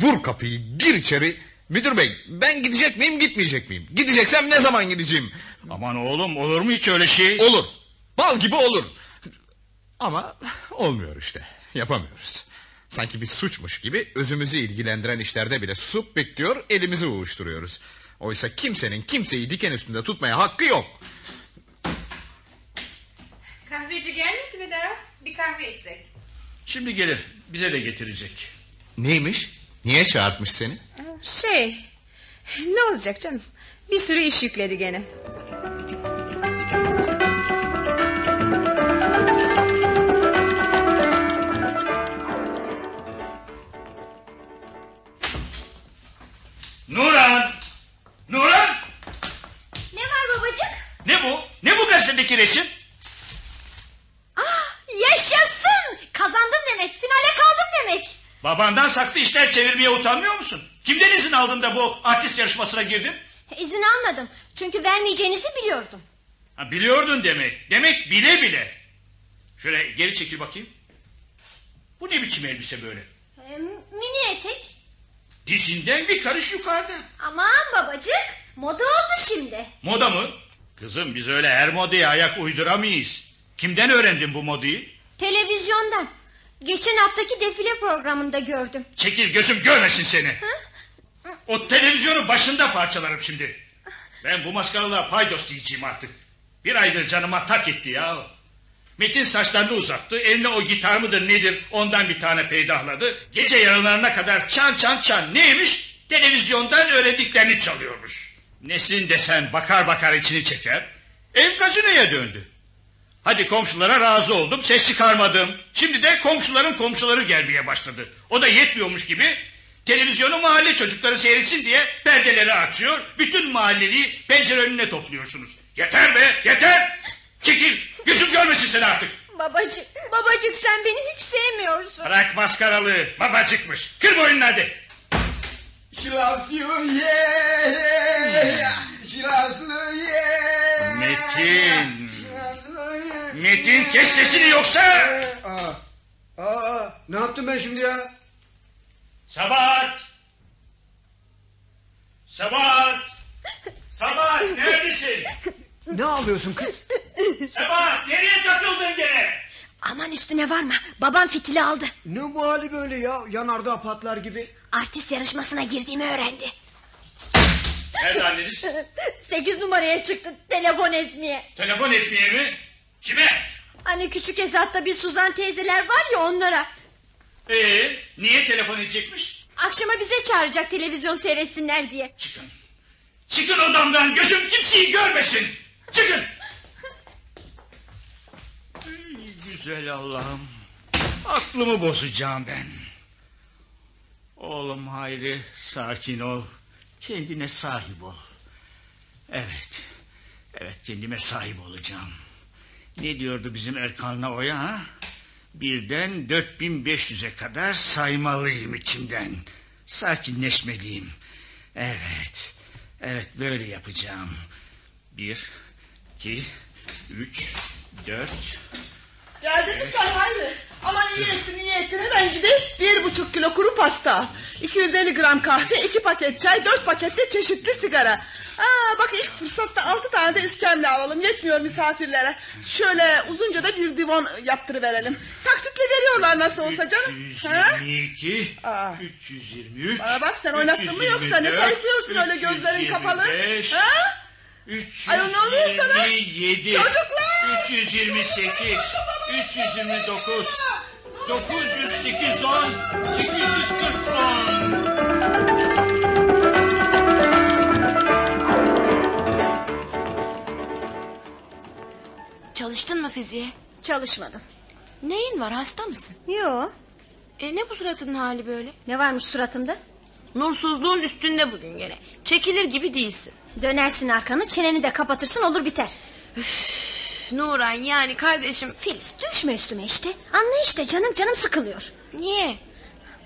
[SPEAKER 3] Vur kapıyı gir içeri. Müdür bey ben gidecek miyim gitmeyecek miyim? Gideceksem ne zaman gideceğim?
[SPEAKER 4] (laughs) Aman oğlum olur mu hiç öyle şey?
[SPEAKER 3] Olur. Bal gibi olur. Ama olmuyor işte. Yapamıyoruz. Sanki bir suçmuş gibi özümüzü ilgilendiren işlerde bile susup bekliyor, elimizi uğuşturuyoruz. Oysa kimsenin kimseyi diken üstünde tutmaya hakkı yok.
[SPEAKER 8] Kahveci gelmedi mi daha? Bir kahve içsek.
[SPEAKER 4] Şimdi gelir bize de getirecek.
[SPEAKER 3] Neymiş? Niye çağırtmış seni?
[SPEAKER 8] Şey ne olacak canım bir sürü iş yükledi gene.
[SPEAKER 4] Nuran! Nuran!
[SPEAKER 7] Ne var babacık?
[SPEAKER 4] Ne bu? Ne bu gazetedeki resim?
[SPEAKER 7] Ah, Yaşasın! Kazandım demek, finale kaldım demek.
[SPEAKER 4] Babandan saklı işler çevirmeye utanmıyor musun? Kimden izin aldın da bu artist yarışmasına girdin?
[SPEAKER 7] İzin almadım. Çünkü vermeyeceğinizi biliyordum.
[SPEAKER 4] Ha, biliyordun demek. Demek bile bile. Şöyle geri çekil bakayım. Bu ne biçim elbise böyle?
[SPEAKER 7] Ee, mini etek.
[SPEAKER 4] Dizinden bir karış yukarıda.
[SPEAKER 7] Aman babacık, moda oldu şimdi.
[SPEAKER 4] Moda mı? Kızım biz öyle her modaya ayak uyduramayız. Kimden öğrendin bu modayı?
[SPEAKER 7] Televizyondan. Geçen haftaki defile programında gördüm.
[SPEAKER 4] Çekil gözüm görmesin seni. O televizyonun başında parçalarım şimdi. Ben bu maskaralığa paydos diyeceğim artık. Bir aydır canıma tak etti ya. Metin saçlarını uzattı. Eline o gitar mıdır nedir ondan bir tane peydahladı. Gece yarılarına kadar çan çan çan neymiş? Televizyondan öğrendiklerini çalıyormuş. Nesin desen bakar bakar içini çeker. Ev gazinoya döndü. Hadi komşulara razı oldum ses çıkarmadım. Şimdi de komşuların komşuları gelmeye başladı. O da yetmiyormuş gibi televizyonu mahalle çocukları seyretsin diye perdeleri açıyor. Bütün mahalleliyi pencere önüne topluyorsunuz. Yeter be yeter. Çekil gözüm görmesin seni artık.
[SPEAKER 7] Babacık, babacık sen beni hiç sevmiyorsun.
[SPEAKER 4] Bırak maskaralığı babacıkmış. Kır boynunu hadi.
[SPEAKER 1] Ee,
[SPEAKER 4] Hmm. Metin. Metin kes sesini yoksa.
[SPEAKER 6] Aa, aa, ne yaptım ben şimdi ya?
[SPEAKER 4] Sabahat. Sabahat. Sabahat neredesin?
[SPEAKER 6] Ne ağlıyorsun kız?
[SPEAKER 4] Sabahat nereye takıldın gene?
[SPEAKER 7] Aman üstüne E, varma, babam fitili aldı.
[SPEAKER 6] Ne bu hali böyle ya? Yanardağ patlar gibi.
[SPEAKER 7] Artist yarışmasına girdiğimi öğrendi.
[SPEAKER 4] Nerede anneniz?
[SPEAKER 7] (laughs) Sekiz numaraya çıktı telefon etmeye.
[SPEAKER 4] Telefon etmeye mi? Kime?
[SPEAKER 7] Hani küçük Esat'ta bir Suzan teyzeler var ya onlara.
[SPEAKER 4] Ee, niye telefon edecekmiş?
[SPEAKER 7] Akşama bize çağıracak televizyon seyretsinler diye.
[SPEAKER 4] Çıkın. Çıkın odamdan gözüm kimseyi görmesin. Çıkın. Ey güzel Allah'ım. Aklımı bozacağım ben. Oğlum Hayri sakin ol. Kendine sahip ol. Evet. Evet kendime sahip olacağım. Ne diyordu bizim Erkan'la Oya ha? Birden 4500'e kadar saymalıyım içimden. Sakinleşmeliyim. Evet. Evet böyle yapacağım. Bir, iki, üç, dört,
[SPEAKER 1] Geldin mi sen Hayri? Aman iyi ettin iyi ettin hemen gidip bir buçuk kilo kuru pasta al. 250 gram kahve, iki paket çay, dört paket de çeşitli sigara. Aa, bak ilk fırsatta altı tane de iskemle alalım. Yetmiyor misafirlere. Şöyle uzunca da bir divon yaptırıverelim. Taksitle veriyorlar nasıl olsa canım.
[SPEAKER 4] Ee,
[SPEAKER 1] Ha?
[SPEAKER 4] 322,
[SPEAKER 1] Aa.
[SPEAKER 4] 323.
[SPEAKER 1] Bana bak sen oynattın mı yoksa ne sayıklıyorsun öyle gözlerin kapalı? Ha? Ay, ne oluyor sana?
[SPEAKER 4] 327.
[SPEAKER 1] Çocuklar!
[SPEAKER 4] 328. 329. 908 10. 840 10.
[SPEAKER 10] Çalıştın mı fiziğe?
[SPEAKER 7] Çalışmadım.
[SPEAKER 10] Neyin var hasta mısın?
[SPEAKER 7] Yo.
[SPEAKER 10] E ne bu suratının hali böyle?
[SPEAKER 7] Ne varmış suratımda?
[SPEAKER 10] Nursuzluğun üstünde bugün gene. Çekilir gibi değilsin.
[SPEAKER 7] Dönersin arkanı çeneni de kapatırsın olur biter.
[SPEAKER 10] Üf, Nuran yani kardeşim.
[SPEAKER 7] Filiz düşme üstüme işte. Anla işte canım canım sıkılıyor.
[SPEAKER 10] Niye?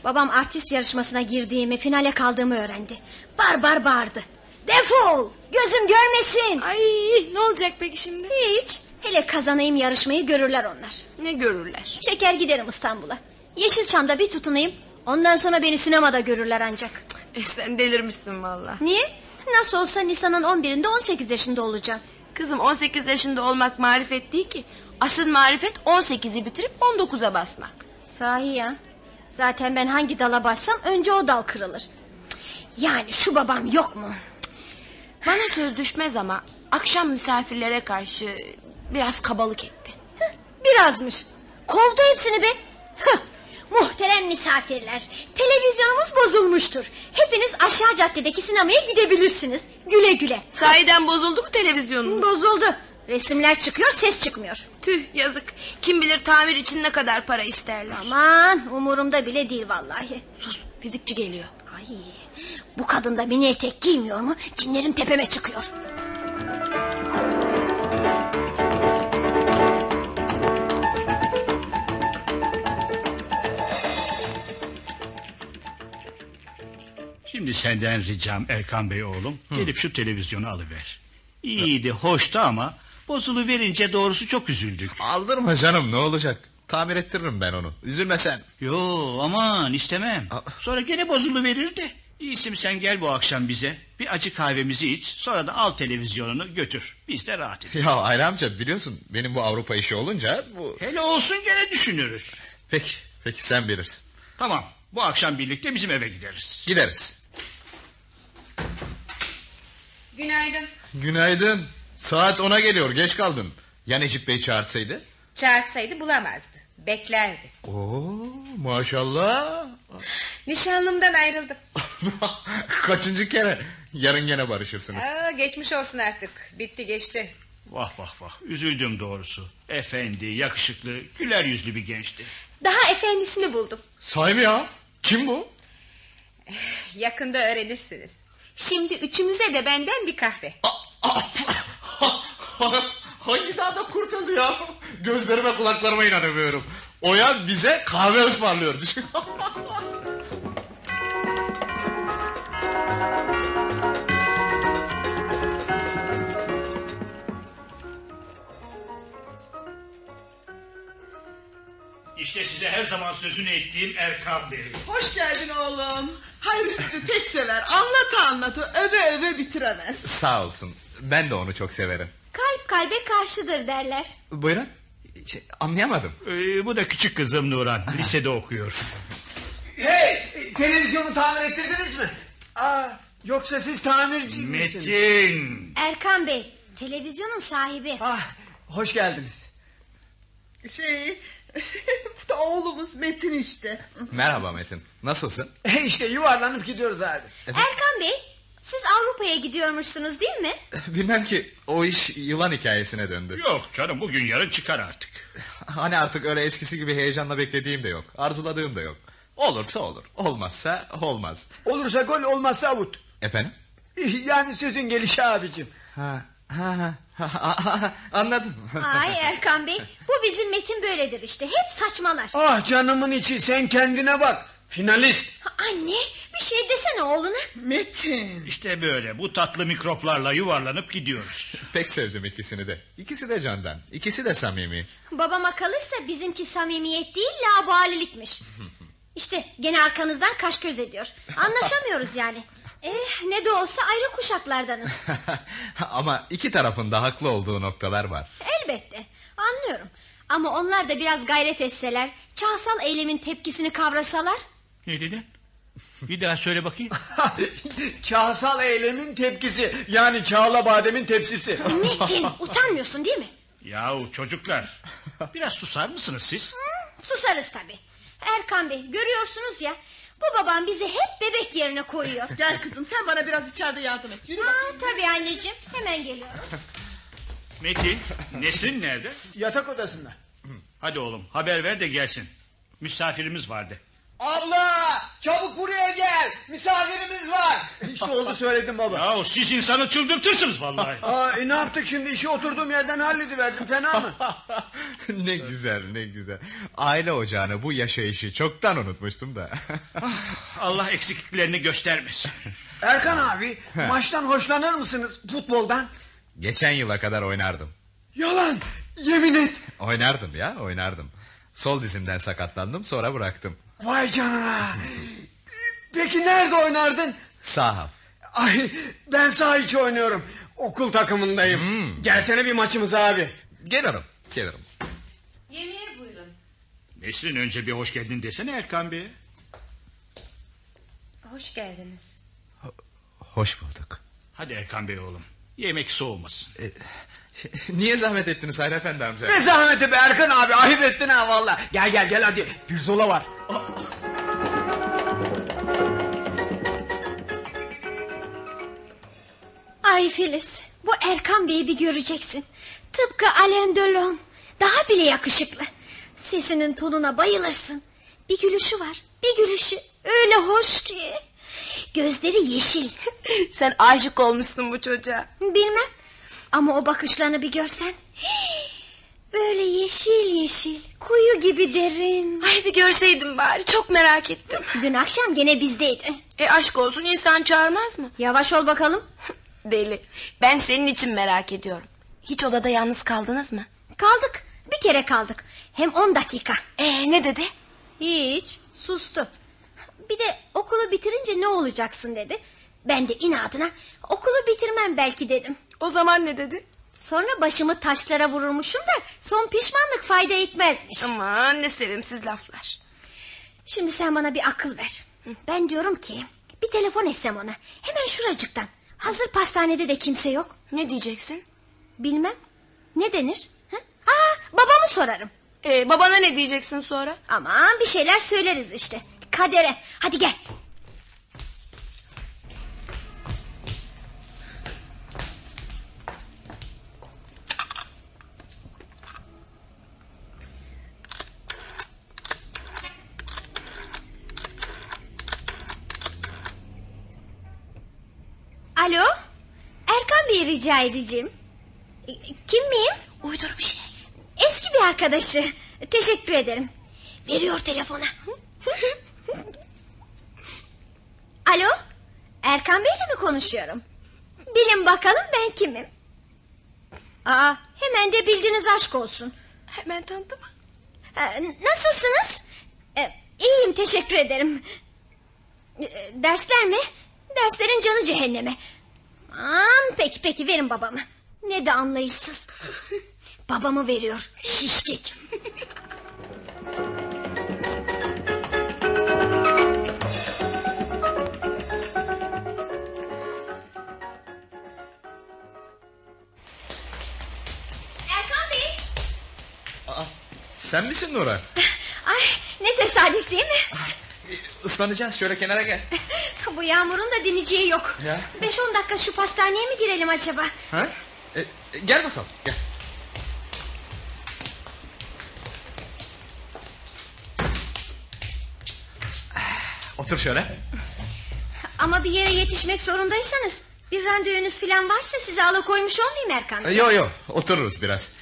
[SPEAKER 7] Babam artist yarışmasına girdiğimi finale kaldığımı öğrendi. Bar bar bağırdı. Defol gözüm görmesin.
[SPEAKER 10] Ay ne olacak peki şimdi?
[SPEAKER 7] Hiç. Hele kazanayım yarışmayı görürler onlar.
[SPEAKER 10] Ne görürler?
[SPEAKER 7] Çeker giderim İstanbul'a. Yeşilçam'da bir tutunayım. Ondan sonra beni sinemada görürler ancak.
[SPEAKER 10] E sen delirmişsin valla.
[SPEAKER 7] Niye? Nasıl olsa Nisan'ın 11'inde 18 yaşında olacağım.
[SPEAKER 10] Kızım 18 yaşında olmak marifet değil ki. Asıl marifet 18'i bitirip 19'a basmak.
[SPEAKER 7] Sahi ya. Zaten ben hangi dala başsam önce o dal kırılır. Cık, Yani şu babam yok mu?
[SPEAKER 10] Bana söz düşmez ama akşam misafirlere karşı biraz kabalık etti.
[SPEAKER 7] Heh, Birazmış. Kovdu hepsini be. Heh, Muhterem misafirler. Televizyonumuz bozulmuştur. Hepiniz aşağı caddedeki sinemaya gidebilirsiniz. Güle güle.
[SPEAKER 10] Sahiden bozuldu mu televizyonun?
[SPEAKER 7] Bozuldu. Resimler çıkıyor ses çıkmıyor.
[SPEAKER 10] Tüh yazık. Kim bilir tamir için ne kadar para isterler.
[SPEAKER 7] Aman umurumda bile değil vallahi.
[SPEAKER 10] Sus fizikçi geliyor.
[SPEAKER 7] Ay, bu kadın da mini etek giymiyor mu? Cinlerim tepeme çıkıyor.
[SPEAKER 4] Şimdi senden ricam Erkan Bey oğlum. Gelip şu televizyonu alıver. İyiydi, hoştu ama bozulu verince doğrusu çok üzüldük.
[SPEAKER 3] Aldırma canım ne olacak? Tamir ettiririm ben onu. Üzülme sen.
[SPEAKER 4] Yo aman istemem. Sonra gene bozulu verirdi. İyisim sen gel bu akşam bize. Bir acı kahvemizi iç. Sonra da al televizyonunu götür. Biz de rahat edelim.
[SPEAKER 3] Ya Ayla amca biliyorsun benim bu Avrupa işi olunca bu...
[SPEAKER 4] Hele olsun gene düşünürüz.
[SPEAKER 3] Peki, peki sen bilirsin.
[SPEAKER 4] Tamam. Bu akşam birlikte bizim eve gideriz.
[SPEAKER 3] Gideriz.
[SPEAKER 8] Günaydın.
[SPEAKER 3] Günaydın. Saat ona geliyor geç kaldın. Ya Necip Bey çağırsaydı?
[SPEAKER 8] Çağırsaydı bulamazdı. Beklerdi.
[SPEAKER 3] Oo maşallah.
[SPEAKER 8] Nişanlımdan ayrıldım.
[SPEAKER 3] (laughs) Kaçıncı kere? Yarın gene barışırsınız.
[SPEAKER 8] Aa, geçmiş olsun artık. Bitti geçti.
[SPEAKER 4] Vah vah vah. Üzüldüm doğrusu. Efendi, yakışıklı, güler yüzlü bir gençti.
[SPEAKER 8] Daha efendisini buldum.
[SPEAKER 3] Sahi mi ya? Kim bu?
[SPEAKER 8] Yakında öğrenirsiniz. Şimdi üçümüze de benden bir kahve.
[SPEAKER 3] Hangi dağda kurtuldu ya? Gözlerime kulaklarıma inanamıyorum. Oya bize kahve ısmarlıyor. Düşün.
[SPEAKER 4] (laughs) İşte size her zaman sözünü ettiğim Erkan Bey.
[SPEAKER 1] Hoş geldin oğlum. Hayri sizi pek sever. Anlata anlata öve öve bitiremez.
[SPEAKER 3] (laughs) Sağ olsun. Ben de onu çok severim.
[SPEAKER 7] Kalp kalbe karşıdır derler.
[SPEAKER 3] Buyurun. Şey, anlayamadım.
[SPEAKER 4] Ee, bu da küçük kızım Nuran. Lisede (laughs) okuyor.
[SPEAKER 6] Hey televizyonu tamir ettirdiniz mi? Aa, yoksa siz tamirci misiniz?
[SPEAKER 4] Metin.
[SPEAKER 7] Erkan Bey, televizyonun sahibi.
[SPEAKER 6] Ah, hoş geldiniz.
[SPEAKER 1] Şey (laughs) bu da oğlumuz Metin işte.
[SPEAKER 3] Merhaba Metin. Nasılsın?
[SPEAKER 6] işte yuvarlanıp gidiyoruz abi.
[SPEAKER 7] Erkan Bey, siz Avrupa'ya gidiyormuşsunuz değil mi?
[SPEAKER 3] Bilmem ki o iş yılan hikayesine döndü.
[SPEAKER 4] Yok canım bugün yarın çıkar artık.
[SPEAKER 3] Hani artık öyle eskisi gibi heyecanla beklediğim de yok. Arzuladığım da yok. Olursa olur. Olmazsa olmaz.
[SPEAKER 6] Olursa gol olmazsa avut. (laughs)
[SPEAKER 3] Efendim?
[SPEAKER 6] Yani sözün gelişi abicim.
[SPEAKER 3] Ha, ha, ha, anladım.
[SPEAKER 7] Ay Erkan Bey, bu bizim Metin böyledir işte. Hep saçmalar.
[SPEAKER 6] Ah canımın içi sen kendine bak. Finalist.
[SPEAKER 7] Ha, Anne, bir şey desene oğluna.
[SPEAKER 1] (laughs)
[SPEAKER 11] Metin.
[SPEAKER 4] İşte böyle bu tatlı mikroplarla yuvarlanıp gidiyoruz.
[SPEAKER 3] (laughs) Pek sevdim ikisini de. İkisi de candan. İkisi de samimi. (laughs)
[SPEAKER 7] Babama kalırsa bizimki samimiyet değil labalilikmiş. İşte gene arkanızdan kaş göz ediyor. Anlaşamıyoruz yani. Eh ne de olsa ayrı kuşaklardanız.
[SPEAKER 3] Ama iki tarafın da haklı olduğu noktalar var.
[SPEAKER 7] Elbette anlıyorum. Ama onlar da biraz gayret etseler... ...çağsal eylemin tepkisini kavrasalar...
[SPEAKER 4] Ne dedin? Bir daha söyle bakayım.
[SPEAKER 1] Çağsal eylemin tepkisi. Yani Çağla Badem'in tepsisi.
[SPEAKER 7] Metin utanmıyorsun değil mi?
[SPEAKER 4] Yahu çocuklar biraz susar mısınız siz?
[SPEAKER 7] Susarız tabii. Erkan Bey görüyorsunuz ya... ...bu babam bizi hep bebek yerine koyuyor.
[SPEAKER 11] Gel kızım sen bana biraz içeride yardım et. Yürü
[SPEAKER 7] Ha,
[SPEAKER 11] bak.
[SPEAKER 7] tabii anneciğim hemen geliyorum.
[SPEAKER 4] Metin Nesin nerede?
[SPEAKER 1] Yatak odasında.
[SPEAKER 4] Hadi oğlum haber ver de gelsin. Misafirimiz vardı.
[SPEAKER 1] Abla çabuk buraya gel. Misafirimiz var. (laughs) İşte oldu söyledim baba.
[SPEAKER 4] Yahu siz insanı çıldırtırsınız vallahi.
[SPEAKER 1] Aa, e, ne yaptık şimdi işi oturduğum yerden hallediverdim fena (laughs) mı?
[SPEAKER 3] ne güzel ne güzel. Aile ocağını bu yaşayışı çoktan unutmuştum da.
[SPEAKER 4] Allah eksikliklerini göstermesin.
[SPEAKER 1] Erkan abi maçtan hoşlanır mısınız futboldan?
[SPEAKER 3] Geçen yıla kadar oynardım.
[SPEAKER 1] Yalan yemin et.
[SPEAKER 3] Oynardım ya oynardım. Sol dizimden sakatlandım sonra bıraktım.
[SPEAKER 1] Vay canına. Peki nerede oynardın?
[SPEAKER 3] Sağ haf.
[SPEAKER 1] Ay ben sağ içi oynuyorum. Okul takımındayım. Gelsene bir maçımız abi.
[SPEAKER 3] Gelirim gelirim.
[SPEAKER 12] Yemeğe buyurun.
[SPEAKER 4] Nesrin önce bir hoş geldin desene Erkan Bey'e.
[SPEAKER 13] Hoş geldiniz.
[SPEAKER 3] Hoş bulduk. (laughs)
[SPEAKER 4] Hadi Erkan Bey oğlum. Yemek soğumasın.
[SPEAKER 3] Niye zahmet ettiniz Hayri Efendi amca?
[SPEAKER 1] Ne zahmeti be Erkan abi ayıp ettin ha valla. Gel gel gel hadi bir zola var.
[SPEAKER 7] Ay Filiz bu Erkan Bey'i bir göreceksin. Tıpkı Alain Delon. Daha bile yakışıklı. Sesinin tonuna bayılırsın. Bir gülüşü var. Bir gülüşü öyle hoş ki. Gözleri yeşil. (laughs)
[SPEAKER 5] Sen aşık olmuşsun bu çocuğa.
[SPEAKER 7] Bilmem. Ama o bakışlarını bir görsen. (gasps) Böyle yeşil yeşil. Kuyu gibi derin.
[SPEAKER 5] Ay bir görseydim bari çok merak ettim.
[SPEAKER 7] Dün akşam gene bizdeydi.
[SPEAKER 5] E aşk olsun insan çağırmaz mı?
[SPEAKER 7] Yavaş ol bakalım.
[SPEAKER 5] Deli. Ben senin için merak ediyorum. Hiç odada yalnız kaldınız mı?
[SPEAKER 7] Kaldık. Bir kere kaldık. Hem on dakika.
[SPEAKER 10] Ee,
[SPEAKER 5] E ne dedi?
[SPEAKER 7] Hiç sustu. Bir de okulu bitirince ne olacaksın dedi. Ben de inadına okulu bitirmem belki dedim.
[SPEAKER 5] O zaman ne dedi?
[SPEAKER 7] Sonra başımı taşlara vururmuşum da son pişmanlık fayda etmezmiş.
[SPEAKER 5] Aman ne sevimsiz laflar.
[SPEAKER 7] Şimdi sen bana bir akıl ver. Ben diyorum ki bir telefon etsem ona. Hemen şuracıktan. Hazır pastanede de kimse yok.
[SPEAKER 5] Ne diyeceksin?
[SPEAKER 7] Bilmem. Ne denir? Ha? Aa, babamı sorarım.
[SPEAKER 10] Ee,
[SPEAKER 5] E, babana ne diyeceksin sonra?
[SPEAKER 7] Aman bir şeyler söyleriz işte. Kadere. Hadi gel. Alo? Erkan Bey rica edeceğim. E, Kim miyim? Uydur bir şey. Eski bir arkadaşı. Teşekkür ederim. Veriyor telefona. (laughs) Alo? Erkan Bey'le mi konuşuyorum? Bilin bakalım ben kimim? Aa, hemen de bildiğiniz aşk olsun.
[SPEAKER 5] Hemen tanıdı mı?
[SPEAKER 7] Ee, nasılsınız? Ee, iyiyim teşekkür ederim. Ee, dersler mi? Derslerin canı cehenneme. Aman peki peki verin babamı. Ne de anlayışsız. babamı veriyor şişlik. Erkan Bey.
[SPEAKER 3] Sen misin Nura?
[SPEAKER 7] Ay ne tesadüf değil mi?
[SPEAKER 3] Islanacağız şöyle kenara gel.
[SPEAKER 7] Bu yağmurun da dineceği yok.
[SPEAKER 3] Ya.
[SPEAKER 7] Beş on dakika şu pastaneye mi girelim acaba?
[SPEAKER 3] Ha? E, e, gel bakalım gel. Ah, Otur şöyle.
[SPEAKER 7] Ama bir yere yetişmek zorundaysanız... ...bir randevunuz falan varsa size alıkoymuş olmayayım Erkan.
[SPEAKER 3] E, Yo yo otururuz biraz.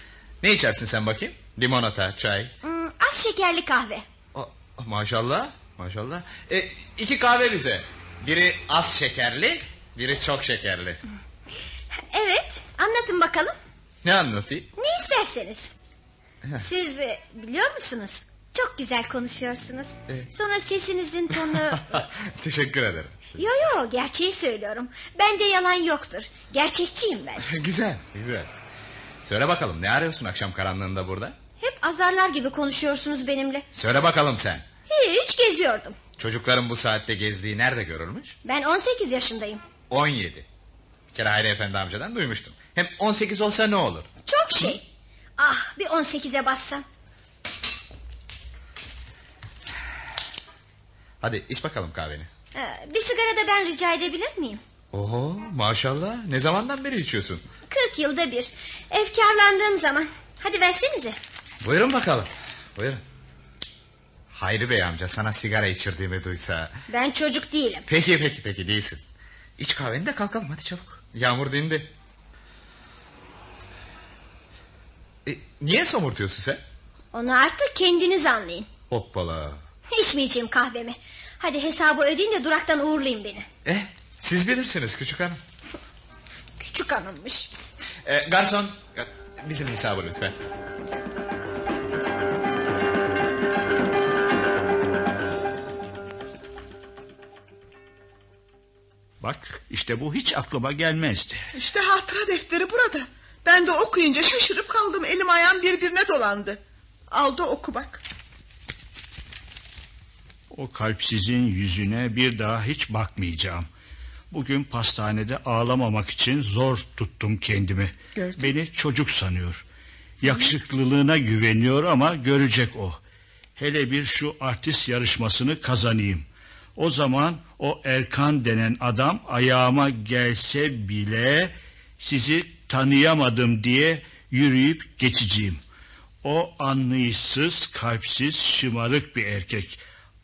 [SPEAKER 3] Ne içersin sen bakayım? Limonata, çay.
[SPEAKER 7] Hmm, az şekerli kahve.
[SPEAKER 3] Aa, maşallah maşallah. E, Ee, iki kahve bize. Biri az şekerli, biri çok şekerli.
[SPEAKER 7] Evet anlatın bakalım.
[SPEAKER 3] Ne anlatayım? (laughs)
[SPEAKER 7] Ne isterseniz. Siz e, biliyor musunuz? Çok güzel konuşuyorsunuz.
[SPEAKER 3] Evet.
[SPEAKER 7] Sonra
[SPEAKER 3] (laughs)
[SPEAKER 7] sesinizin tonu...
[SPEAKER 3] Teşekkür ederim.
[SPEAKER 7] yo yo gerçeği söylüyorum. Bende yalan yoktur. Gerçekçiyim ben.
[SPEAKER 3] güzel, güzel. Söyle bakalım ne arıyorsun akşam karanlığında burada?
[SPEAKER 7] Hep azarlar gibi konuşuyorsunuz benimle.
[SPEAKER 3] Söyle bakalım sen.
[SPEAKER 7] Hiç geziyordum.
[SPEAKER 3] Çocukların bu saatte gezdiği nerede görülmüş?
[SPEAKER 7] Ben 18 yaşındayım.
[SPEAKER 3] 17. Bir kere Hayri Efendi amcadan duymuştum. Hem 18 olsa ne olur?
[SPEAKER 7] Çok şey. Ah bir 18'e bassam.
[SPEAKER 3] Hadi iç bakalım kahveni.
[SPEAKER 7] Ee, bir sigara da ben rica edebilir miyim?
[SPEAKER 3] Oho maşallah ne zamandan beri içiyorsun?
[SPEAKER 7] 40 yılda bir. Efkarlandığım zaman. Hadi versenize.
[SPEAKER 3] Buyurun bakalım. Buyurun. Hayri Bey amca sana sigara içirdiğimi duysa.
[SPEAKER 7] Ben çocuk değilim.
[SPEAKER 3] Peki peki peki değilsin. İç kahveni de kalkalım hadi çabuk. Yağmur dindi. E, niye somurtuyorsun sen?
[SPEAKER 7] Onu artık kendiniz anlayın.
[SPEAKER 3] Hoppala.
[SPEAKER 7] İçmeyeceğim kahvemi. Hadi hesabı ödeyin de duraktan uğurlayın beni.
[SPEAKER 3] Eh siz bilirsiniz küçük hanım.
[SPEAKER 7] Küçük hanımmış.
[SPEAKER 3] E, garson e, bizim hesabı lütfen.
[SPEAKER 4] Bak işte bu hiç aklıma gelmezdi.
[SPEAKER 1] İşte hatıra defteri burada. Ben de okuyunca şaşırıp kaldım. Elim ayağım birbirine dolandı. Al da oku bak.
[SPEAKER 4] O kalpsizin yüzüne bir daha hiç bakmayacağım. Bugün pastanede ağlamamak için zor tuttum kendimi.
[SPEAKER 1] Gördüm.
[SPEAKER 4] Beni çocuk sanıyor. Yakışıklılığına güveniyor ama görecek o. Hele bir şu artist yarışmasını kazanayım. O zaman o Erkan denen adam ayağıma gelse bile sizi tanıyamadım diye yürüyüp geçeceğim. O anlayışsız, kalpsiz, şımarık bir erkek.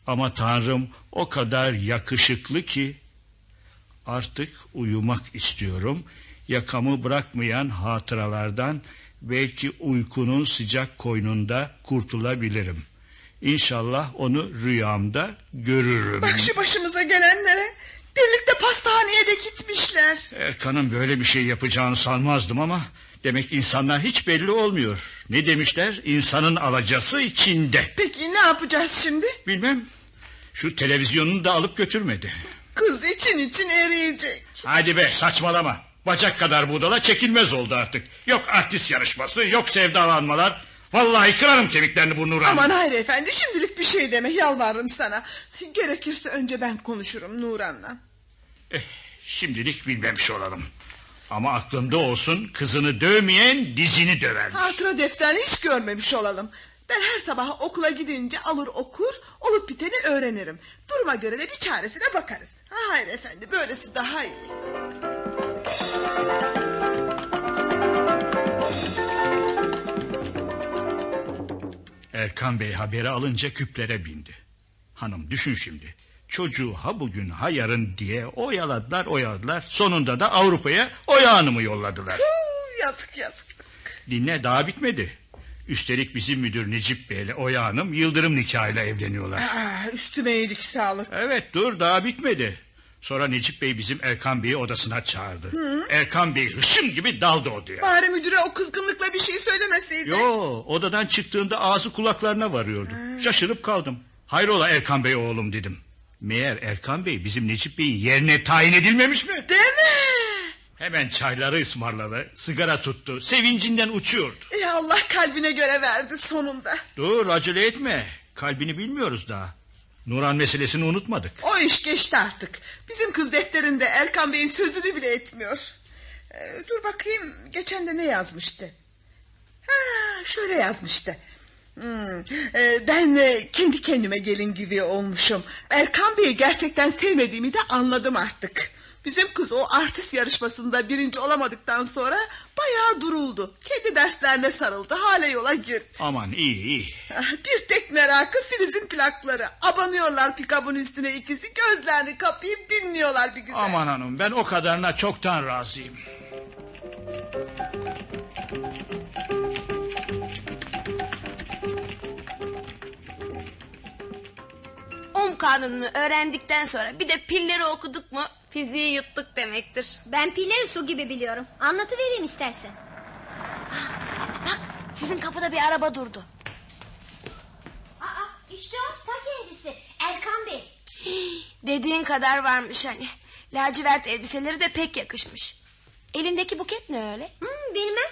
[SPEAKER 4] Ama tanrım o kadar yakışıklı ki artık uyumak istiyorum. Yakamı bırakmayan hatıralardan belki uykunun sıcak koynunda kurtulabilirim. İnşallah onu rüyamda görürüm.
[SPEAKER 1] Bak şu başımıza gelenlere. Birlikte pastaneye de gitmişler.
[SPEAKER 4] Erkan'ın böyle bir şey yapacağını sanmazdım ama demek insanlar hiç belli olmuyor. Ne demişler? İnsanın alacası içinde.
[SPEAKER 1] Peki ne yapacağız şimdi?
[SPEAKER 4] Bilmem. Şu televizyonunu da alıp götürmedi.
[SPEAKER 1] Kız için için eriyecek.
[SPEAKER 4] Hadi be saçmalama. Bacak kadar budala çekilmez oldu artık. Yok artist yarışması, yok sevdalanmalar. Vallahi kırarım kemiklerini bu Nurhan.
[SPEAKER 1] Aman Hayri Efendi şimdilik bir şey deme yalvarırım sana. Gerekirse önce ben konuşurum Nuran'la.
[SPEAKER 4] Eh, şimdilik bilmemiş olalım. Ama aklımda olsun kızını dövmeyen dizini dövermiş.
[SPEAKER 1] Hatıra defterini hiç görmemiş olalım. Ben her sabah okula gidince alır okur, olup biteni öğrenirim. Duruma göre de bir çaresine bakarız. Ha, Hayır efendi, böylesi daha iyi.
[SPEAKER 4] Erkan Bey haberi alınca küplere bindi. Hanım düşün şimdi. Çocuğu ha bugün ha yarın diye oyaladılar oyaladılar. Sonunda da Avrupa'ya Oya Hanım'ı yolladılar.
[SPEAKER 1] Huu, Yazık yazık.
[SPEAKER 4] Dinle daha bitmedi. Üstelik bizim müdür Necip Bey ile Oya Hanım Yıldırım nikahıyla evleniyorlar.
[SPEAKER 1] Aa, Ah, üstüme iyilik sağlık.
[SPEAKER 4] Evet dur daha bitmedi. Sonra Necip Bey bizim Erkan Bey'i odasına çağırdı. Erkan Bey hışım gibi daldı odaya.
[SPEAKER 1] Bari müdüre o kızgınlıkla bir şey söylemeseydi.
[SPEAKER 4] Yo odadan çıktığında ağzı kulaklarına varıyordu. Şaşırıp kaldım. Hayrola Erkan Bey oğlum dedim. Meğer Erkan Bey bizim Necip Bey'in yerine tayin edilmemiş mi?
[SPEAKER 1] Değil mi?
[SPEAKER 4] Hemen çayları ısmarladı, sigara tuttu. Sevincinden uçuyordu.
[SPEAKER 1] Ya eh, Allah kalbine göre verdi sonunda.
[SPEAKER 4] Dur acele etme. Kalbini bilmiyoruz daha. Nuran meselesini unutmadık.
[SPEAKER 1] O iş geçti artık. Bizim kız defterinde Erkan Bey'in sözünü bile etmiyor. Ee, dur bakayım geçen de ne yazmıştı? Ha, şöyle yazmıştı. Hmm, e, ben e, kendi kendime gelin güvey olmuşum. Erkan Bey'i gerçekten sevmediğimi de anladım artık. Bizim kız o artist yarışmasında birinci olamadıktan sonra bayağı duruldu. Kendi derslerine sarıldı, hale yola girdi.
[SPEAKER 4] Aman iyi iyi.
[SPEAKER 1] (laughs) Bir tek merakı Filiz'in plakları. Abanıyorlar pikabın üstüne ikisi gözlerini kapayıp dinliyorlar bir güzel.
[SPEAKER 4] Aman hanım ben o kadarına çoktan razıyım.
[SPEAKER 5] Om
[SPEAKER 10] kanununu öğrendikten sonra bir de pilleri okuduk mu fiziği yuttuk demektir.
[SPEAKER 7] Ben pilleri su gibi biliyorum. Anlatıvereyim istersen.
[SPEAKER 10] Bak sizin kapıda bir araba durdu.
[SPEAKER 7] Aa işte o ta kendisi Erkan Bey.
[SPEAKER 10] Dediğin kadar varmış hani. Lacivert elbiseleri de pek yakışmış. Elindeki buket ne öyle?
[SPEAKER 7] Hmm, bilmem.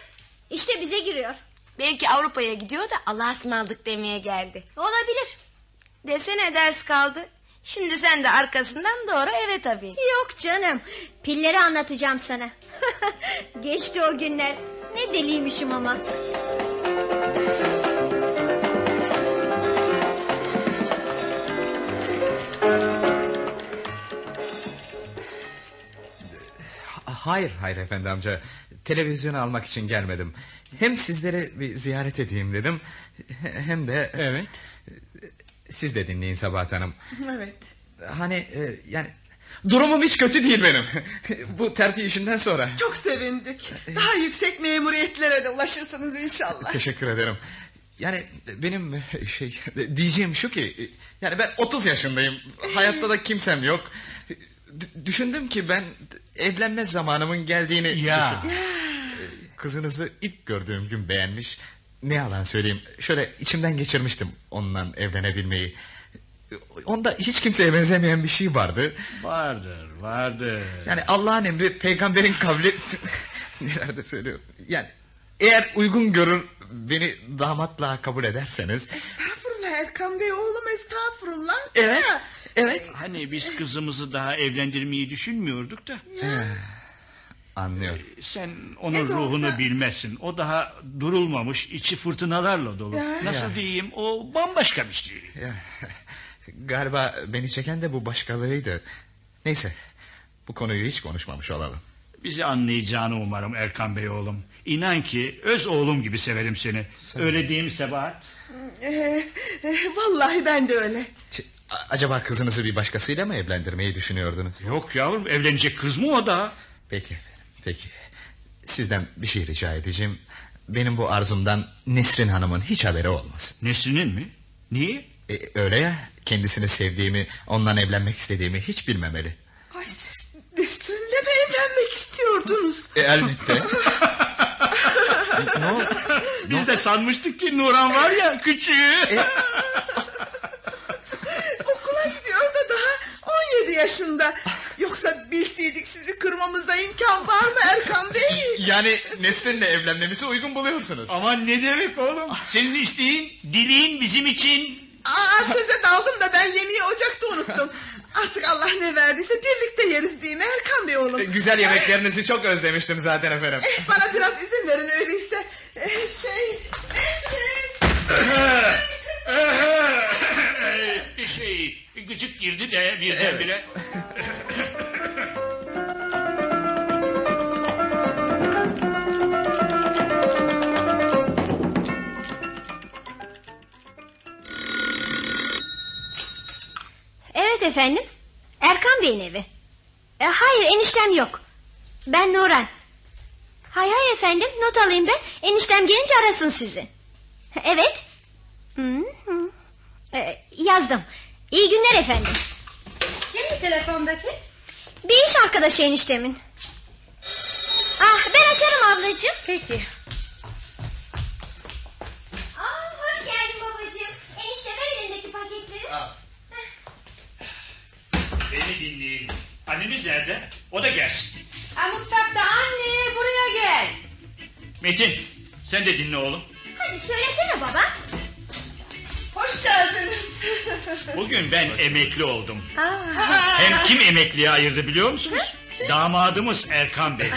[SPEAKER 7] İşte bize giriyor.
[SPEAKER 10] Belki Avrupa'ya gidiyor da Allah'a ısmarladık demeye geldi.
[SPEAKER 7] Olabilir.
[SPEAKER 10] Desene ders kaldı. Şimdi sen de arkasından doğru eve tabii.
[SPEAKER 7] Yok canım. Pilleri anlatacağım sana. (laughs) Geçti o günler. Ne deliymişim ama.
[SPEAKER 3] Hayır hayır efendi amca. Televizyonu almak için gelmedim. Hem sizlere bir ziyaret edeyim dedim. Hem de... Evet. Siz de dinleyin Sabahat Hanım.
[SPEAKER 1] (laughs) Evet.
[SPEAKER 3] Hani e, yani... Durumum hiç kötü değil benim. (laughs) Bu terfi işinden sonra.
[SPEAKER 1] Çok sevindik. Daha yüksek memuriyetlere de ulaşırsınız
[SPEAKER 3] (laughs)
[SPEAKER 1] inşallah.
[SPEAKER 3] Teşekkür ederim. Yani benim (laughs) şey diyeceğim şu ki yani ben 30 yaşındayım. Hayatta da kimsem yok. D- düşündüm ki ben evlenme zamanımın geldiğini
[SPEAKER 4] Ya.
[SPEAKER 3] düşün- e, Kızınızı ilk gördüğüm gün beğenmiş. Ne yalan söyleyeyim. Şöyle içimden geçirmiştim onunla evlenebilmeyi. Onda hiç kimseye benzemeyen bir şey vardı.
[SPEAKER 4] Vardır vardır.
[SPEAKER 3] Yani Allah'ın emri peygamberin (laughs) kavli neler de söylüyorum. Yani eğer uygun görür beni damatla kabul ederseniz.
[SPEAKER 1] Estağfurullah Erkan Bey oğlum estağfurullah.
[SPEAKER 3] Evet.
[SPEAKER 1] Ha,
[SPEAKER 3] Evet.
[SPEAKER 4] Hani biz kızımızı daha evlendirmeyi düşünmüyorduk da
[SPEAKER 3] Anlıyorum. (laughs)
[SPEAKER 4] sen onun
[SPEAKER 1] Ne de
[SPEAKER 4] ruhunu
[SPEAKER 1] olsa-
[SPEAKER 4] bilmezsin. O daha durulmamış içi fırtınalarla dolu. Nasıl diyeyim o bambaşka bir şey.
[SPEAKER 3] Ya, Galiba beni çeken de bu başkalarıydı. Neyse bu konuyu hiç konuşmamış olalım.
[SPEAKER 4] Bizi anlayacağını umarım Erkan Bey oğlum. İnan ki öz oğlum gibi severim seni. Öyle değil mi Sebahat?
[SPEAKER 1] eh, eh, vallahi ben de öyle.
[SPEAKER 3] Ç- a- Acaba kızınızı bir başkasıyla mı evlendirmeyi düşünüyordunuz?
[SPEAKER 4] Yok yavrum evlenecek kız mı o da?
[SPEAKER 3] Peki efendim, peki. Sizden bir şey rica edeceğim. Benim bu arzumdan Nesrin Hanım'ın hiç haberi olmasın.
[SPEAKER 4] Nesrin'in mi? Niye?
[SPEAKER 3] E, öyle ya kendisini sevdiğimi ondan evlenmek istediğimi hiç bilmemeli.
[SPEAKER 1] Ay siz Nesrin'le mi
[SPEAKER 3] (laughs)
[SPEAKER 1] evlenmek istiyordunuz?
[SPEAKER 3] E, elbette.
[SPEAKER 4] Biz de sanmıştık ki Nuran var ya küçüğü.
[SPEAKER 1] Okula gidiyor da daha
[SPEAKER 3] (laughs)
[SPEAKER 1] 17 yaşında. Yoksa bilseydik sizi kırmamıza imkan var mı
[SPEAKER 3] (laughs)
[SPEAKER 1] Erkan Bey?
[SPEAKER 3] yani Nesrin'le evlenmemizi uygun buluyorsunuz.
[SPEAKER 4] Aman ne demek oğlum? Senin isteğin, dileğin bizim için.
[SPEAKER 1] Aa söze daldım da ben yemeği ocakta unuttum. Artık Allah ne verdiyse birlikte yeriz değil mi Erkan Bey oğlum?
[SPEAKER 3] E, Güzel yemeklerinizi çok özlemiştim zaten efendim.
[SPEAKER 1] Eh, Bana biraz izin verin öyleyse. Eh, Şey... eh, Nesrin!
[SPEAKER 4] Bir şey, gıcık girdi de birdenbire.
[SPEAKER 7] Evet efendim. Erkan Bey'in evi. E, hayır eniştem yok. Ben Nuran. Hay hay efendim not alayım ben. Eniştem gelince arasın sizi. Evet. Hı hı. E, yazdım. İyi günler efendim.
[SPEAKER 8] Kim telefondaki?
[SPEAKER 7] Bir iş arkadaşı eniştemin. Ah ben açarım ablacığım.
[SPEAKER 8] Peki.
[SPEAKER 7] Aa, Ah, hoş geldin babacığım. Enişte ver elindeki paketleri.
[SPEAKER 4] Beni dinleyin. Anneniz nerede? O da gelsin.
[SPEAKER 8] Ha, mutfakta anne buraya gel.
[SPEAKER 4] Metin, sen de dinle oğlum.
[SPEAKER 7] Hadi söylesene baba.
[SPEAKER 1] Hoş geldiniz.
[SPEAKER 4] Bugün ben emekli oldum.
[SPEAKER 1] Ah,
[SPEAKER 4] Hem kim emekliye ayırdı biliyor musunuz? Damadımız Erkan Bey.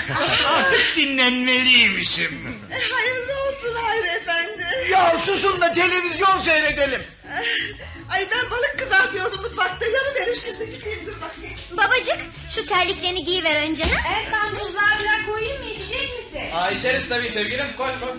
[SPEAKER 4] Artık dinlenmeliymişim.
[SPEAKER 1] Eh, Hayırlı olsun Hayri Efendi.
[SPEAKER 6] (laughs) Ya susun da televizyon seyredelim.
[SPEAKER 1] Eh, Ay ben balık kızartıyordum mutfakta. Yanı verin şimdi gideyim dur bakayım.
[SPEAKER 7] Babacık şu terliklerini giyiver önce. ha?
[SPEAKER 9] Erkan buzluğa biraz koyayım mı içecek misin?
[SPEAKER 3] Aa, içeriz tabii sevgilim koy koy.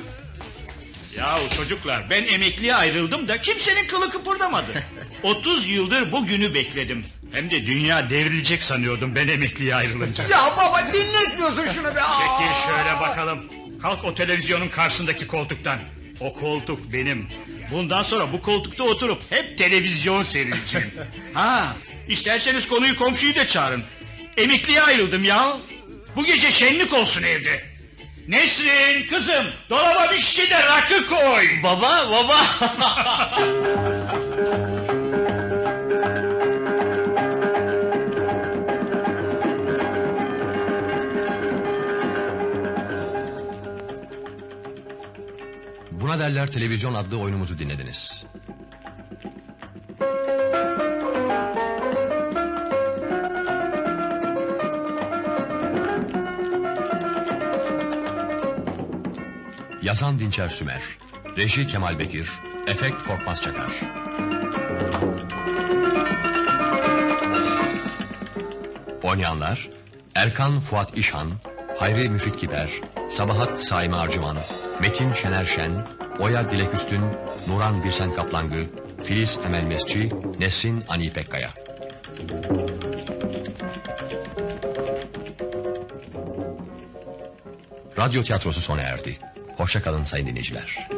[SPEAKER 4] Yahu çocuklar ben emekliye ayrıldım da kimsenin kılı kıpırdamadı. 30 yıldır bu günü bekledim. Hem de dünya devrilecek sanıyordum ben emekliye ayrılınca.
[SPEAKER 6] Ya baba dinletmiyorsun şunu be. Aa!
[SPEAKER 4] Çekil şöyle bakalım. Kalk o televizyonun karşısındaki koltuktan. O koltuk benim. Bundan sonra bu koltukta oturup hep televizyon (laughs) seyredeceğim. ha, isterseniz konuyu komşuyu da çağırın. Emekliye ayrıldım ya. Bu gece şenlik olsun evde. Nesrin kızım dolaba bir şişe de rakı koy. Baba baba.
[SPEAKER 2] Buna derler televizyon adlı oyunumuzu dinlediniz. Yazan Dinçer Sümer, Reji Kemal Bekir, Efekt Korkmaz Çakar. Oynayanlar Erkan Fuat İşhan, Hayri Müfit Gider, Sabahat Saime Arcıman, Metin Şener Şen, Oya Dilek Üstün, Nuran Birsen Kaplangı, Filiz Emel Mesci, Nesrin Ani Pekkaya. Radyo tiyatrosu sona erdi. Hoşça kalın sayın dinleyiciler.